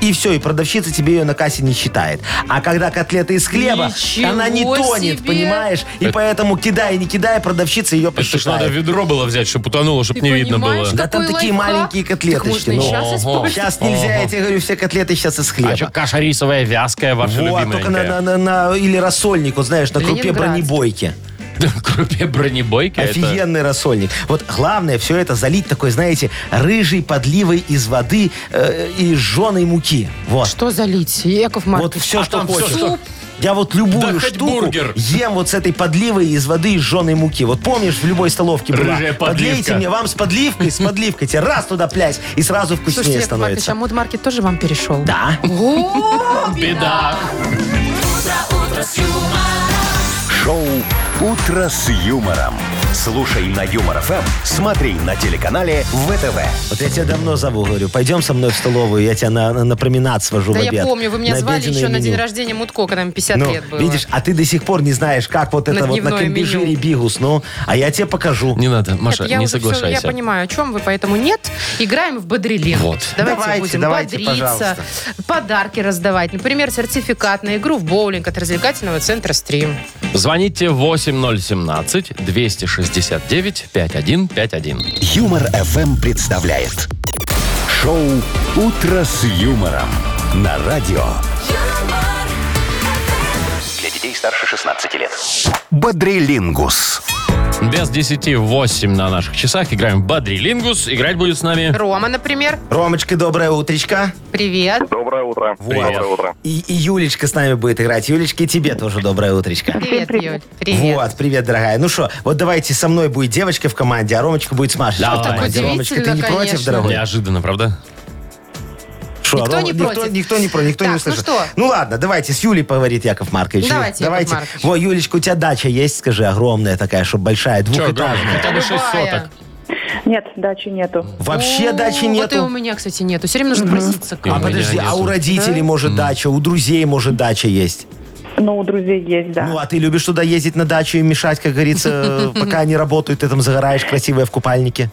Speaker 4: И все, и продавщица тебе ее на кассе не считает. А когда котлета из хлеба,
Speaker 3: Ничего
Speaker 4: она не тонет,
Speaker 3: себе!
Speaker 4: понимаешь? И поэтому кидай, не кидай, продавщица ее
Speaker 2: Это ж
Speaker 4: посчитает.
Speaker 2: надо ведро было взять, чтобы утонуло, чтобы
Speaker 3: Ты
Speaker 2: не видно
Speaker 3: понимаешь,
Speaker 2: было.
Speaker 4: Да там
Speaker 3: какой
Speaker 4: такие
Speaker 3: лайфхак?
Speaker 4: маленькие котлеточки,
Speaker 3: Так можно и
Speaker 4: ну.
Speaker 3: сейчас
Speaker 2: Ого.
Speaker 3: использовать.
Speaker 4: Сейчас нельзя, я
Speaker 2: Ага.
Speaker 4: тебе говорю, все котлеты сейчас из хлеба.
Speaker 2: А что, каша рисовая, вязкая, ваша
Speaker 4: Вот,
Speaker 2: любимая.
Speaker 4: только на, на- на- на- или рассольник, вот знаешь, на крупе
Speaker 3: Ленинградский.
Speaker 4: бронебойки.
Speaker 2: Крупе бронебойки. это-
Speaker 4: Офигенный рассольник. Вот главное все это залить такой, знаете, рыжей подливой из воды э, и жженой муки. Вот.
Speaker 3: Что залить? Яков
Speaker 4: Вот
Speaker 3: Маркович.
Speaker 4: все,
Speaker 2: А
Speaker 4: что
Speaker 2: там всё,
Speaker 4: хочешь.
Speaker 2: что-
Speaker 4: Я вот любую
Speaker 2: Да хоть
Speaker 4: штуку
Speaker 2: бургер.
Speaker 4: ем вот с этой подливой из воды и жженой муки. Вот помнишь, в любой столовке была.
Speaker 2: Рыжая подливка.
Speaker 4: Подлейте мне вам с подливкой, с подливкой. Тебе раз туда плясь, и сразу
Speaker 3: Слушайте,
Speaker 4: вкуснее
Speaker 3: Яков Маркович, а
Speaker 4: становится.
Speaker 3: Мудмаркет тоже вам перешел?
Speaker 4: Да.
Speaker 3: О,
Speaker 2: Беда.
Speaker 1: Шоу «Утро с юмором». Слушай на Юмор ФМ, смотри на телеканале ВТВ.
Speaker 4: Вот я тебя давно зову, говорю, пойдем со мной в столовую, я тебя на, на- на променад свожу
Speaker 3: Да
Speaker 4: в
Speaker 3: я
Speaker 4: обед.
Speaker 3: помню, вы меня
Speaker 4: На
Speaker 3: звали
Speaker 4: обеденное
Speaker 3: еще на
Speaker 4: меню.
Speaker 3: день рождения Мутко, когда мне 50
Speaker 4: Ну,
Speaker 3: лет было.
Speaker 4: видишь, а ты до сих пор не знаешь, как вот
Speaker 3: На
Speaker 4: это вот на
Speaker 3: дневное
Speaker 4: комбижире
Speaker 3: меню.
Speaker 4: бигус. Ну, а я тебе покажу.
Speaker 2: Не надо,
Speaker 3: Нет,
Speaker 2: Маша,
Speaker 3: я
Speaker 2: не
Speaker 3: уже всё-
Speaker 2: соглашайся.
Speaker 3: я понимаю, о чем вы, поэтому нет. Играем в бодрелин.
Speaker 2: Вот.
Speaker 3: Давайте,
Speaker 4: Давайте,
Speaker 3: будем
Speaker 4: давайте,
Speaker 3: бодриться,
Speaker 4: пожалуйста.
Speaker 3: подарки раздавать. Например, сертификат на игру в боулинг от развлекательного центра «Стрим».
Speaker 2: Звоните 8017-269-5151.
Speaker 1: Юмор ФМ представляет. Шоу «Утро с юмором» на радио.
Speaker 6: юмор,
Speaker 7: Для детей
Speaker 6: старше 16 лет.
Speaker 1: Бодрилингус.
Speaker 2: Без 10 8 на наших часах. Играем в Бадрилингус. Играть будет с нами...
Speaker 3: Рома, например.
Speaker 4: Ромочка, доброе утречко.
Speaker 3: Привет.
Speaker 7: Доброе утро.
Speaker 2: Привет.
Speaker 7: Доброе утро.
Speaker 4: И, и Юлечка с нами будет играть. Юлечка, и тебе тоже доброе утречко.
Speaker 3: Привет, Юль. Привет.
Speaker 4: Вот, привет, дорогая. Ну что, вот давайте со мной будет девочка в команде, а Ромочка будет с Машей.
Speaker 2: Давай.
Speaker 4: в команде.
Speaker 3: Так
Speaker 4: Ромочка, ты не
Speaker 3: удивительно,
Speaker 4: против,
Speaker 3: конечно.
Speaker 4: дорогой?
Speaker 2: Неожиданно, правда?
Speaker 4: Шо,
Speaker 3: Никто не
Speaker 4: никто,
Speaker 3: против.
Speaker 4: Никто не про, никто
Speaker 3: Так,
Speaker 4: не
Speaker 3: ну
Speaker 4: услышал.
Speaker 3: что?
Speaker 4: ладно, давайте с Юлей поговорит Яков Маркович.
Speaker 3: Давайте, Яков
Speaker 4: давайте.
Speaker 3: Маркович.
Speaker 4: Во, Юлечка, у тебя дача есть, скажи, огромная такая, чтобы большая,
Speaker 2: Че, Гром,
Speaker 4: двухэтажная.
Speaker 2: Ну, хотя бы 6
Speaker 3: Любая.
Speaker 2: соток.
Speaker 5: Нет, дачи нету.
Speaker 4: Вообще
Speaker 3: О,
Speaker 4: дачи
Speaker 3: Вот и у
Speaker 4: нету.
Speaker 3: меня, кстати, нету. Все время нужно проситься. к
Speaker 2: И у
Speaker 4: А
Speaker 3: вам.
Speaker 2: меня
Speaker 4: подожди, а у
Speaker 2: нету.
Speaker 4: родителей может дача, у друзей может дача есть.
Speaker 5: Но у друзей есть, да.
Speaker 4: Ну, а ты любишь туда ездить на дачу и мешать, как говорится, пока они работают, ты там загораешь красивая в купальнике.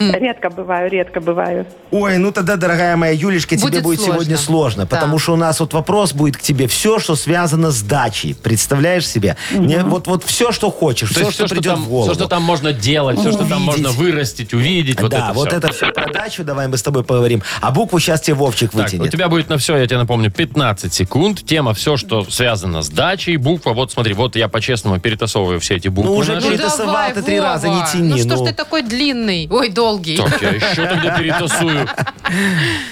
Speaker 5: Редко бываю, редко бываю.
Speaker 4: Ой, ну тогда, дорогая моя Юлечка, тебе
Speaker 3: Будет
Speaker 4: будет
Speaker 3: сложно.
Speaker 4: сегодня сложно,
Speaker 3: Да.
Speaker 4: потому что у нас вот вопрос будет к тебе. Все, что связано с дачей, представляешь себе? Не, вот, вот все, что хочешь,
Speaker 2: То
Speaker 4: все,
Speaker 2: есть все,
Speaker 4: что
Speaker 2: что
Speaker 4: придет
Speaker 2: там,
Speaker 4: в голову.
Speaker 2: все, что там можно делать, все, что там
Speaker 4: Увидеть.
Speaker 2: можно вырастить, увидеть, вот
Speaker 4: да,
Speaker 2: это
Speaker 4: вот
Speaker 2: все.
Speaker 4: это все про дачу, давай мы с тобой поговорим. А букву сейчас тебе Вовчик
Speaker 2: Так, у
Speaker 4: вытянет.
Speaker 2: тебя будет на все, я тебе напомню, 15 секунд. Тема все, что связано с дачей. Буква, вот смотри, вот я по-честному перетасовываю все эти буквы.
Speaker 4: Ну, уже
Speaker 2: наши.
Speaker 3: Ну
Speaker 4: Перетасовал
Speaker 3: давай,
Speaker 4: ты три
Speaker 3: Вова.
Speaker 4: раза, не тяни,
Speaker 3: Ну что
Speaker 4: ну.
Speaker 3: ж ты такой длинный? Ой, долгий.
Speaker 2: Так, я еще тогда перетасую.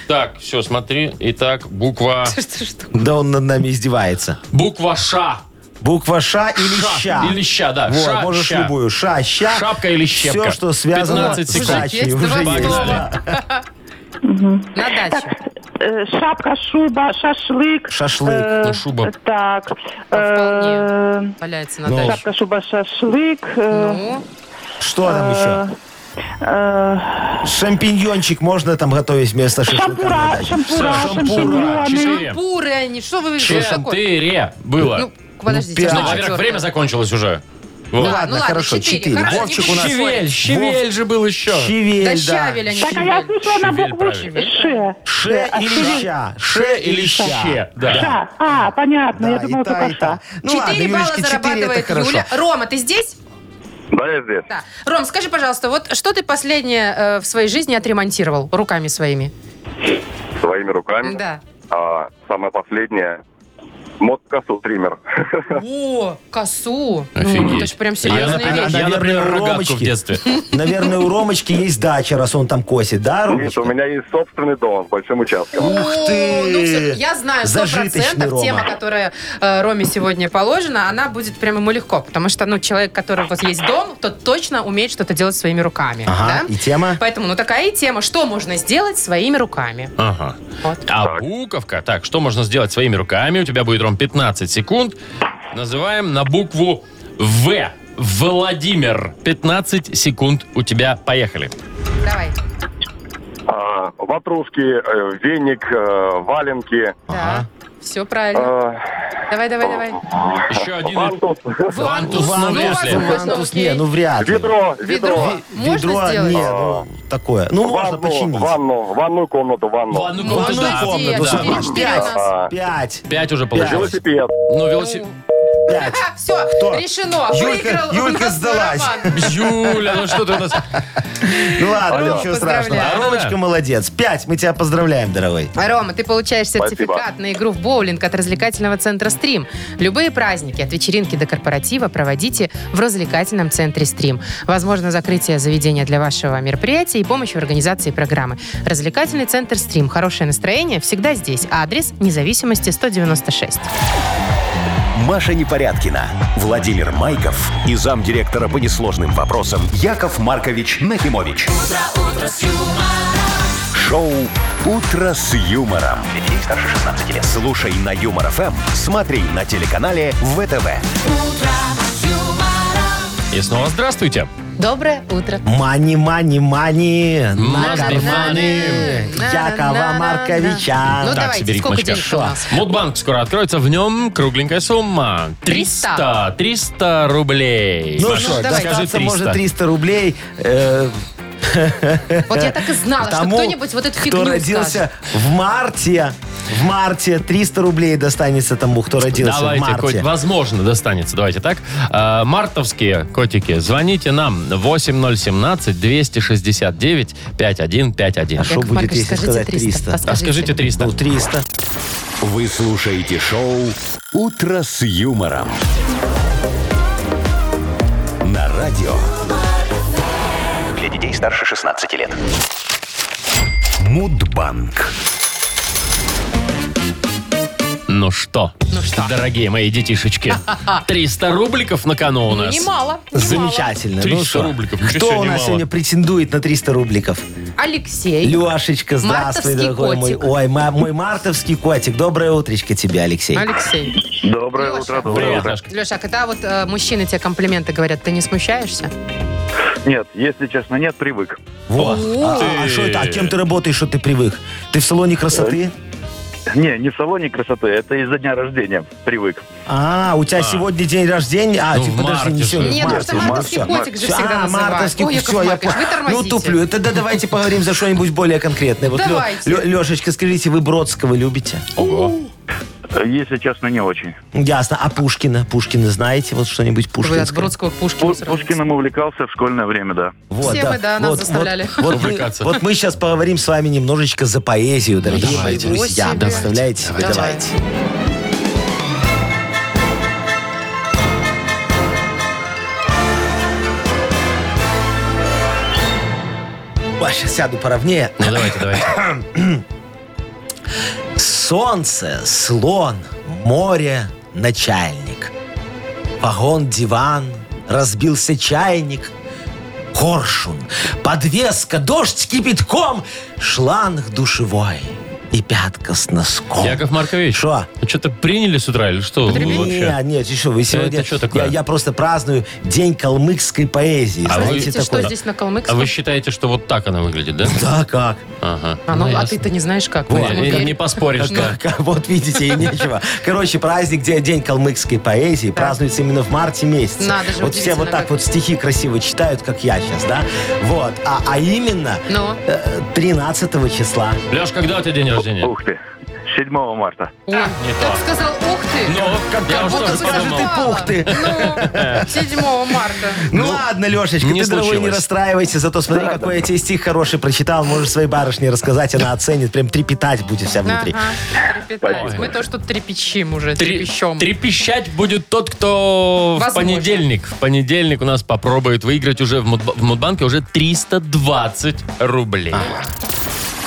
Speaker 2: Так, все, смотри. Итак, буква...
Speaker 3: Что ж такое?
Speaker 4: Да он над нами издевается.
Speaker 2: Буква Ша.
Speaker 4: Буква Ша или
Speaker 2: Ша.
Speaker 4: Ща.
Speaker 2: Или ща, да.
Speaker 4: Вот,
Speaker 2: Ша,
Speaker 4: можешь
Speaker 2: ща.
Speaker 4: любую. Ша, ща.
Speaker 2: Шапка или щепка.
Speaker 4: Все, что связано
Speaker 2: 15
Speaker 4: с
Speaker 2: секунд.
Speaker 4: дачей.
Speaker 3: Уже есть,
Speaker 4: Уже
Speaker 3: два
Speaker 4: есть,
Speaker 3: слова.
Speaker 4: да.
Speaker 3: На дачу.
Speaker 5: Э, Шапка, шуба, шашлык.
Speaker 4: Шашлык,
Speaker 5: Э,
Speaker 2: ну, шуба.
Speaker 5: Так.
Speaker 3: Да,
Speaker 5: э,
Speaker 3: Валяется на
Speaker 4: Ну.
Speaker 3: даче.
Speaker 5: Шапка, шуба, шашлык. э,
Speaker 3: Ну,
Speaker 4: Что там еще?
Speaker 5: э,
Speaker 4: Шампиньончик можно там готовить вместо шашлыка на
Speaker 5: Шампура,
Speaker 4: даче?
Speaker 5: шампура,
Speaker 2: Шампура.
Speaker 5: шампиньоны.
Speaker 2: Четыре.
Speaker 3: буры они, что вы что такое?
Speaker 2: Четыре было.
Speaker 3: Ну, подождите.
Speaker 4: Ну,
Speaker 2: Ну,
Speaker 3: а что
Speaker 4: пять.
Speaker 2: во-первых,
Speaker 3: чёрт?
Speaker 2: время закончилось уже. Вот.
Speaker 4: Ну, ладно, хорошо, четыре.
Speaker 3: Хорошо,
Speaker 4: Вовчик
Speaker 3: не
Speaker 4: у нас-
Speaker 3: будем спорить.
Speaker 2: Щавель, щавель же был еще.
Speaker 4: Щавель,
Speaker 3: Да
Speaker 4: да.
Speaker 3: щавель, а не
Speaker 5: Так, а я
Speaker 3: щавель.
Speaker 5: слышала на
Speaker 2: Шевель,
Speaker 5: букву
Speaker 2: правильно.
Speaker 5: Ш.
Speaker 4: Ше
Speaker 5: А
Speaker 4: или
Speaker 5: щавель-
Speaker 4: ща? Ше или ща?
Speaker 2: Ща, Да.
Speaker 5: Ша. А, понятно,
Speaker 4: Да, и
Speaker 5: я думала,
Speaker 4: та,
Speaker 5: только
Speaker 4: и та.
Speaker 5: ша.
Speaker 4: Ну ладно,
Speaker 3: Четыре балла
Speaker 4: Юлечка, четыре это
Speaker 3: зарабатывает
Speaker 4: хорошо.
Speaker 3: Юля. Рома, ты здесь?
Speaker 7: Да, я здесь.
Speaker 3: Да. Ром, скажи, пожалуйста, вот что ты последнее э, в своей жизни отремонтировал руками своими?
Speaker 7: Своими руками.
Speaker 3: Да.
Speaker 7: А, самое последнее. Мод-косу триммер.
Speaker 3: О, косу. Ну,
Speaker 2: Офигеть.
Speaker 3: это же прям
Speaker 2: я,
Speaker 3: серьезная
Speaker 2: например,
Speaker 3: вещь.
Speaker 2: я,
Speaker 4: Наверное,
Speaker 2: например, рогатку в
Speaker 4: Ромочки.
Speaker 2: детстве.
Speaker 4: Наверное, у Ромочки есть дача, раз он там косит, да,
Speaker 7: Нет,
Speaker 4: Ромочка?
Speaker 7: у меня есть собственный дом с большим участком.
Speaker 4: Ух
Speaker 3: О,
Speaker 4: ты!
Speaker 3: ну всё, я знаю, сто
Speaker 4: Зажиточный
Speaker 3: процентов
Speaker 4: Рома.
Speaker 3: тема, которая э, Роме сегодня положена, она будет прям ему легко, потому что, ну, человек, у которого вот есть дом, тот точно умеет что-то делать своими руками.
Speaker 4: Ага,
Speaker 3: да?
Speaker 4: и тема?
Speaker 3: Поэтому, ну, такая и тема, что можно сделать своими руками.
Speaker 2: Ага.
Speaker 3: Вот.
Speaker 2: А буковка, так, что можно сделать своими руками? У тебя будет, Ром, 15 секунд. Называем на букву В. Владимир. 15 секунд у тебя. Поехали.
Speaker 3: Давай.
Speaker 7: А, ватрушки, э, веник, э, валенки.
Speaker 3: Да. Все правильно.
Speaker 7: э,
Speaker 3: Давай, давай, давай.
Speaker 2: Еще один.
Speaker 7: вантус,
Speaker 2: Вантус, ну,
Speaker 3: ну,
Speaker 2: вряд ли.
Speaker 3: возможно.
Speaker 4: Вантус, не, ну вряд ли.
Speaker 7: Ведро,
Speaker 3: Ведро.
Speaker 7: ведро.
Speaker 3: Можно
Speaker 4: Ведро,
Speaker 3: сделать?
Speaker 4: не, ну, такое. Ну, можно
Speaker 7: Ванну,
Speaker 4: починить.
Speaker 7: ванну, ванную комнату, ванну.
Speaker 2: Ладно,
Speaker 3: Ну,
Speaker 2: комнату,
Speaker 3: можно
Speaker 2: да,
Speaker 3: сделать.
Speaker 4: комнату,
Speaker 2: да.
Speaker 3: Четыре, четыре у нас.
Speaker 7: А,
Speaker 4: Пять.
Speaker 2: Пять уже получилось.
Speaker 7: Велосипед.
Speaker 2: Ну, велосипед.
Speaker 4: Пять.
Speaker 3: Все,
Speaker 4: Кто?
Speaker 3: решено.
Speaker 4: Юлька-
Speaker 3: Выиграл у
Speaker 4: Юлька
Speaker 3: нас
Speaker 4: сдалась.
Speaker 3: Роман.
Speaker 2: Юля, ну что ты у нас?
Speaker 4: Ну ладно,
Speaker 3: Алло.
Speaker 4: ничего страшного. А
Speaker 2: Поздравляю.
Speaker 4: Ромочка молодец. Пять. Мы тебя поздравляем, дорогой.
Speaker 3: Рома, ты получаешь сертификат
Speaker 7: Спасибо.
Speaker 3: на игру в боулинг от развлекательного центра «Стрим». Любые праздники от вечеринки до корпоратива проводите в развлекательном центре «Стрим». Возможно, закрытие заведения для вашего мероприятия и помощь в организации программы. Развлекательный центр «Стрим». Хорошее настроение всегда здесь. А Адрес независимости 196.
Speaker 1: Маша Непорядкина, Владимир Майков и замдиректора по несложным вопросам Яков Маркович Нахимович. Шоу Утро с юмором. Детей старше 16 лет. Слушай на юмор ФМ, смотри на телеканале ВТВ.
Speaker 2: И снова здравствуйте.
Speaker 3: Доброе утро.
Speaker 4: Мани, мани, мани. На
Speaker 2: Must be
Speaker 4: кармане
Speaker 3: funny.
Speaker 4: Якова
Speaker 3: На-на-на-на.
Speaker 4: Марковича.
Speaker 3: Ну
Speaker 2: Так,
Speaker 3: давайте,
Speaker 2: собери,
Speaker 3: сколько
Speaker 2: Машка.
Speaker 3: денег у нас?
Speaker 2: Мудбанк скоро откроется, в нем кругленькая сумма. 300. 300 рублей.
Speaker 4: Ну
Speaker 2: Маша,
Speaker 4: что,
Speaker 3: давай.
Speaker 2: скажи
Speaker 4: достаться
Speaker 2: 300.
Speaker 4: может 300 рублей э,
Speaker 3: Вот я так и знала, что
Speaker 4: тому,
Speaker 3: кто-нибудь вот эту фигню
Speaker 4: кто родился
Speaker 3: скажет.
Speaker 4: в марте. В марте 300 рублей достанется тому, кто родился в
Speaker 2: Давайте,
Speaker 4: марте.
Speaker 2: коть, возможно, достанется. Давайте так. А, мартовские котики, звоните нам 8017-269-5151.
Speaker 4: Что
Speaker 3: Яков
Speaker 4: будет,
Speaker 3: Маркович,
Speaker 4: если
Speaker 3: скажите
Speaker 4: сказать 300?
Speaker 3: 300.
Speaker 2: А скажите 300.
Speaker 4: Ну, 300.
Speaker 1: Вы слушаете шоу Утро с юмором на радио. Для детей старше 16 лет. Мудбанк.
Speaker 2: Ну что? Ну что? Дорогие мои детишечки, 300 рубликов на кону у
Speaker 3: Ну,
Speaker 2: нас.
Speaker 3: немало.
Speaker 4: Замечательно. Ну
Speaker 2: 300
Speaker 4: что?
Speaker 2: рубликов, ничего себе,
Speaker 4: Кто у нас
Speaker 2: немало.
Speaker 4: сегодня претендует на 300 рубликов?
Speaker 3: Алексей.
Speaker 4: Лешечка, здравствуй,
Speaker 3: Мартовский
Speaker 4: дорогой
Speaker 3: котик.
Speaker 4: мой. Ой, ма- мой мартовский котик. Доброе утречко тебе, Алексей.
Speaker 3: Алексей.
Speaker 7: Доброе
Speaker 3: Лёша.
Speaker 7: утро, доброе
Speaker 2: Привет,
Speaker 7: утро.
Speaker 2: Дашка.
Speaker 3: Леша, а когда вот э, мужчины тебе комплименты говорят, ты не смущаешься?
Speaker 7: Нет, если честно, нет, привык.
Speaker 4: Во.
Speaker 2: ты.
Speaker 4: А, а, шо это? а кем ты работаешь, что ты привык? Ты в салоне красоты?
Speaker 2: Э?
Speaker 7: Не, не в салоне красоты, это из-за дня рождения привык.
Speaker 4: А, у тебя сегодня день рождения. А,
Speaker 2: Ну, в
Speaker 4: типа,
Speaker 2: марте
Speaker 4: подожди, не
Speaker 2: же.
Speaker 4: сегодня. в
Speaker 3: Нет,
Speaker 4: марте,
Speaker 3: потому что
Speaker 4: в
Speaker 3: мартовский
Speaker 4: марте.
Speaker 3: котик же
Speaker 4: Всё,
Speaker 3: всегда
Speaker 4: а,
Speaker 3: называют.
Speaker 4: мартовский,
Speaker 3: Ой, Яков
Speaker 4: всё, я
Speaker 3: Маркович,
Speaker 4: понял.
Speaker 3: вы тормозите.
Speaker 4: Ну, туплю. Это да, давайте поговорим за что-нибудь более конкретное. Вот, Лё-
Speaker 3: Давайте.
Speaker 4: Лё- Лёшечка, скажите, вы Бродского любите?
Speaker 2: Ого.
Speaker 7: Если честно, не очень.
Speaker 4: Ясно. А Пушкина? Пушкина знаете? Вот что-нибудь
Speaker 3: Вы от
Speaker 4: Пушкинское?
Speaker 3: Бродского к Пушкину
Speaker 7: Пу-
Speaker 3: сравниваете.
Speaker 7: Пушкиным увлекался в школьное время, да.
Speaker 4: Вот,
Speaker 3: Все мы, да, нас заставляли.
Speaker 4: Вот, мы-
Speaker 2: Увлекаться.
Speaker 4: вот мы сейчас поговорим с вами немножечко за поэзию, дорогие мои
Speaker 2: давайте.
Speaker 4: друзья.
Speaker 3: Ничего себе.
Speaker 4: Представляете себе?
Speaker 3: Давайте.
Speaker 4: Давайте. Ой, сейчас сяду поровнее.
Speaker 2: Ну, давайте, давайте.
Speaker 4: Солнце, слон, море, начальник. Вагон, диван, разбился чайник, коршун, подвеска, дождь с кипятком, шланг душевой и пятка с носком.
Speaker 2: Яков Маркович,
Speaker 4: Шо?
Speaker 2: вы А что-то приняли с утра или что вы вообще?
Speaker 4: Нет, нет, еще вы сегодня...
Speaker 2: это что такое?
Speaker 4: Я, я просто праздную День калмыкской поэзии.
Speaker 2: А вы-
Speaker 3: Знаете,
Speaker 4: знаете,
Speaker 3: что
Speaker 4: такой?
Speaker 3: здесь на калмыкском?
Speaker 2: А вы считаете, что вот так она выглядит, да?
Speaker 4: Да, как?
Speaker 2: Ага.
Speaker 3: А, ну, а
Speaker 2: ясно.
Speaker 3: ты-то не знаешь, как.
Speaker 2: Не,
Speaker 3: поэтому
Speaker 2: Не,
Speaker 3: верь.
Speaker 2: не поспоришь, да.
Speaker 4: Ну, Как- как- Вот видите, и нечего. Короче, праздник, где День калмыкской поэзии, празднуется именно в марте месяце.
Speaker 3: Надо же,
Speaker 4: вот все вот
Speaker 3: удивительно,
Speaker 4: так
Speaker 3: как.
Speaker 4: вот стихи красиво читают, как я сейчас, да? Вот. А, а именно
Speaker 3: Ну?
Speaker 4: э, 13 числа.
Speaker 2: Леш, когда у тебя день рождения?
Speaker 7: Ух ты, 7 марта.
Speaker 3: Ой, так сказал, ух ты!
Speaker 2: Ну, как- я
Speaker 3: как
Speaker 2: уж
Speaker 3: будто
Speaker 2: тоже
Speaker 3: бы
Speaker 4: скажи,
Speaker 2: подумал.
Speaker 4: ты
Speaker 3: совпало.
Speaker 4: пух ты.
Speaker 3: Ну, 7 марта.
Speaker 4: Ну, ладно, Лешечка,
Speaker 2: не
Speaker 4: ты, дорогой, не
Speaker 2: случилось.
Speaker 4: расстраивайся, зато смотри, какой я тебе стих хороший прочитал, можешь своей барышне рассказать, она оценит, прям трепетать будет вся внутри.
Speaker 3: Ага, трепетать. Мы тоже тут трепещим уже,
Speaker 2: Три-
Speaker 3: трепещем.
Speaker 2: Трепещать будет тот, кто в
Speaker 3: Возможно.
Speaker 2: понедельник. В понедельник у нас попробует выиграть уже в, Мудба- в Мудбанке уже 320 рублей.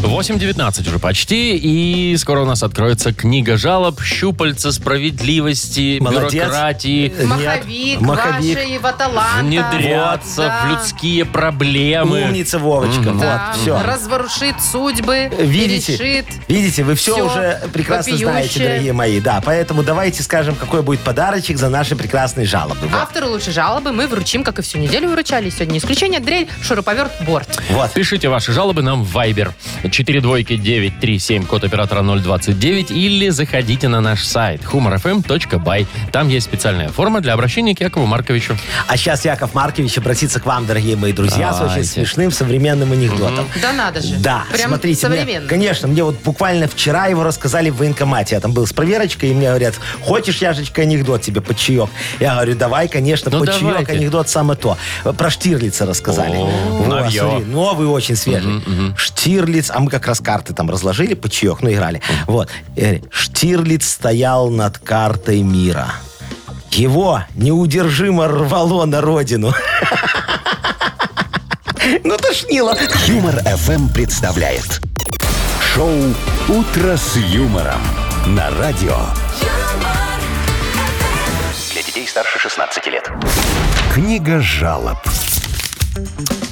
Speaker 2: 8.19 уже почти, и скоро у нас откроется книга жалоб, щупальца справедливости,
Speaker 4: Молодец.
Speaker 2: бюрократии,
Speaker 4: Нет,
Speaker 3: Маховик,
Speaker 4: маховик.
Speaker 3: ваша и Ваталанта.
Speaker 2: внедряться
Speaker 3: Да.
Speaker 2: в людские проблемы.
Speaker 4: Умница, Вовочка,
Speaker 3: Да,
Speaker 4: вот, все.
Speaker 3: разворушит судьбы,
Speaker 4: Видите,
Speaker 3: перешит.
Speaker 4: видите, вы все,
Speaker 3: Всё
Speaker 4: уже прекрасно
Speaker 3: вопиющее.
Speaker 4: знаете, дорогие мои. Да, поэтому давайте скажем, какой будет подарочек за наши прекрасные жалобы. Вот.
Speaker 3: Автору лучшей жалобы мы вручим, как и всю неделю выручали. Сегодня исключение. Дрель, шуруповерт, борт.
Speaker 4: Вот.
Speaker 2: Пишите ваши жалобы нам в Viber 42937, код оператора 029, или заходите на наш сайт humorfm.by. Там есть специальная форма для обращения к Якову Марковичу.
Speaker 4: А сейчас Яков Маркович обратится к вам, дорогие мои друзья, с очень
Speaker 2: Давайте.
Speaker 4: смешным современным анекдотом.
Speaker 3: Да надо же.
Speaker 4: Да,
Speaker 3: Прям
Speaker 4: смотрите, мне-
Speaker 3: современно.
Speaker 4: конечно, мне вот буквально вчера его рассказали в военкомате. Я там был с проверочкой, и мне говорят, хочешь, Яшечка, анекдот тебе под чаек? Я говорю, давай, конечно,
Speaker 2: Ну,
Speaker 4: под чаек,
Speaker 2: давайте.
Speaker 4: анекдот самое то. Про Штирлица рассказали.
Speaker 2: О,
Speaker 4: Во,
Speaker 2: новье.
Speaker 4: смотри, новый, очень свежий. Штирлиц, а мы как раз карты там разложили под чаек, ну, играли. Вот. Я говорю, Штирлиц стоял над картой мира. Его неудержимо рвало на родину. Ну, тошнило.
Speaker 1: Юмор FM представляет. Шоу «Утро с юмором». На радио.
Speaker 6: юмор,
Speaker 8: Для детей старше 16 лет.
Speaker 1: Книга жалоб.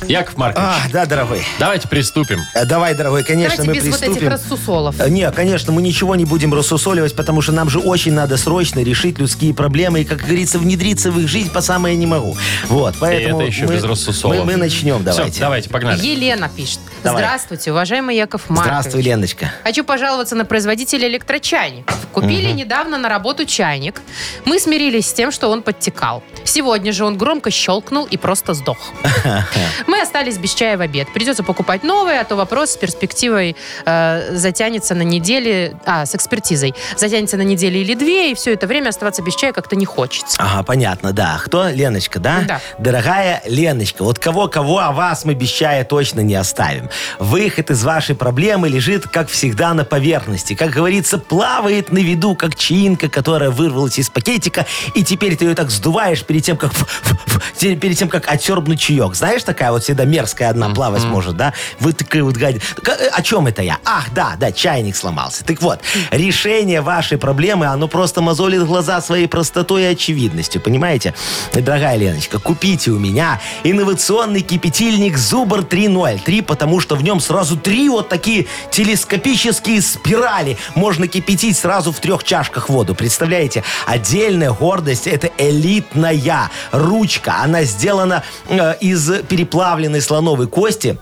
Speaker 2: Яков Маркович,
Speaker 4: А, да, дорогой.
Speaker 2: давайте приступим.
Speaker 4: Э, Давай, дорогой, конечно,
Speaker 3: Давайте без
Speaker 4: мы
Speaker 3: вот этих
Speaker 4: приступим.
Speaker 3: рассусолов.
Speaker 4: Э, Не, конечно, мы ничего не будем рассусоливать, потому что нам же очень надо срочно решить людские проблемы и, как говорится, внедриться в их жизнь по самое не могу. Вот, поэтому
Speaker 2: это еще
Speaker 4: мы,
Speaker 2: без рассусолов.
Speaker 4: мы- мы начнем, давайте.
Speaker 2: Все, давайте, погнали.
Speaker 3: Елена пишет.
Speaker 4: Давай.
Speaker 3: Здравствуйте, уважаемый Яков Маркович.
Speaker 4: Здравствуй, Леночка.
Speaker 3: Хочу пожаловаться на производителя электрочайников. Купили недавно на работу чайник. Мы смирились с тем, что он подтекал. Сегодня же он громко щелкнул и просто сдох. Мы остались без чая в обед. Придется покупать новые, а то вопрос с перспективой э, затянется на недели... А, с экспертизой. Затянется на неделю или две, и все это время оставаться без чая как-то не хочется.
Speaker 4: Ага, понятно, да. Кто? Леночка, да?
Speaker 3: Да.
Speaker 4: Дорогая Леночка, вот кого-кого, а вас мы без чая точно не оставим. Выход из вашей проблемы лежит, как всегда, на поверхности. Как говорится, плавает на виду, как чаинка, которая вырвалась из пакетика, и теперь ты ее так сдуваешь перед тем, как... фу- фу- фу, те- перед тем, как отсербнуть чаек. Знаешь, такая вот всегда мерзкая одна плавать может, да? Вот такая вот гадина. К- э, О чем это я? Ах, да, да, чайник сломался. Так вот, решение вашей проблемы, оно просто мозолит глаза своей простотой и очевидностью, понимаете? Дорогая Леночка, купите у меня инновационный кипятильник Зубр 3.0.3, потому что в нем сразу три вот такие телескопические спирали. Можно кипятить сразу в трех чашках воду. Представляете? Отдельная гордость – это элитная ручка. Она сделана э, из переплавленной слоновой кости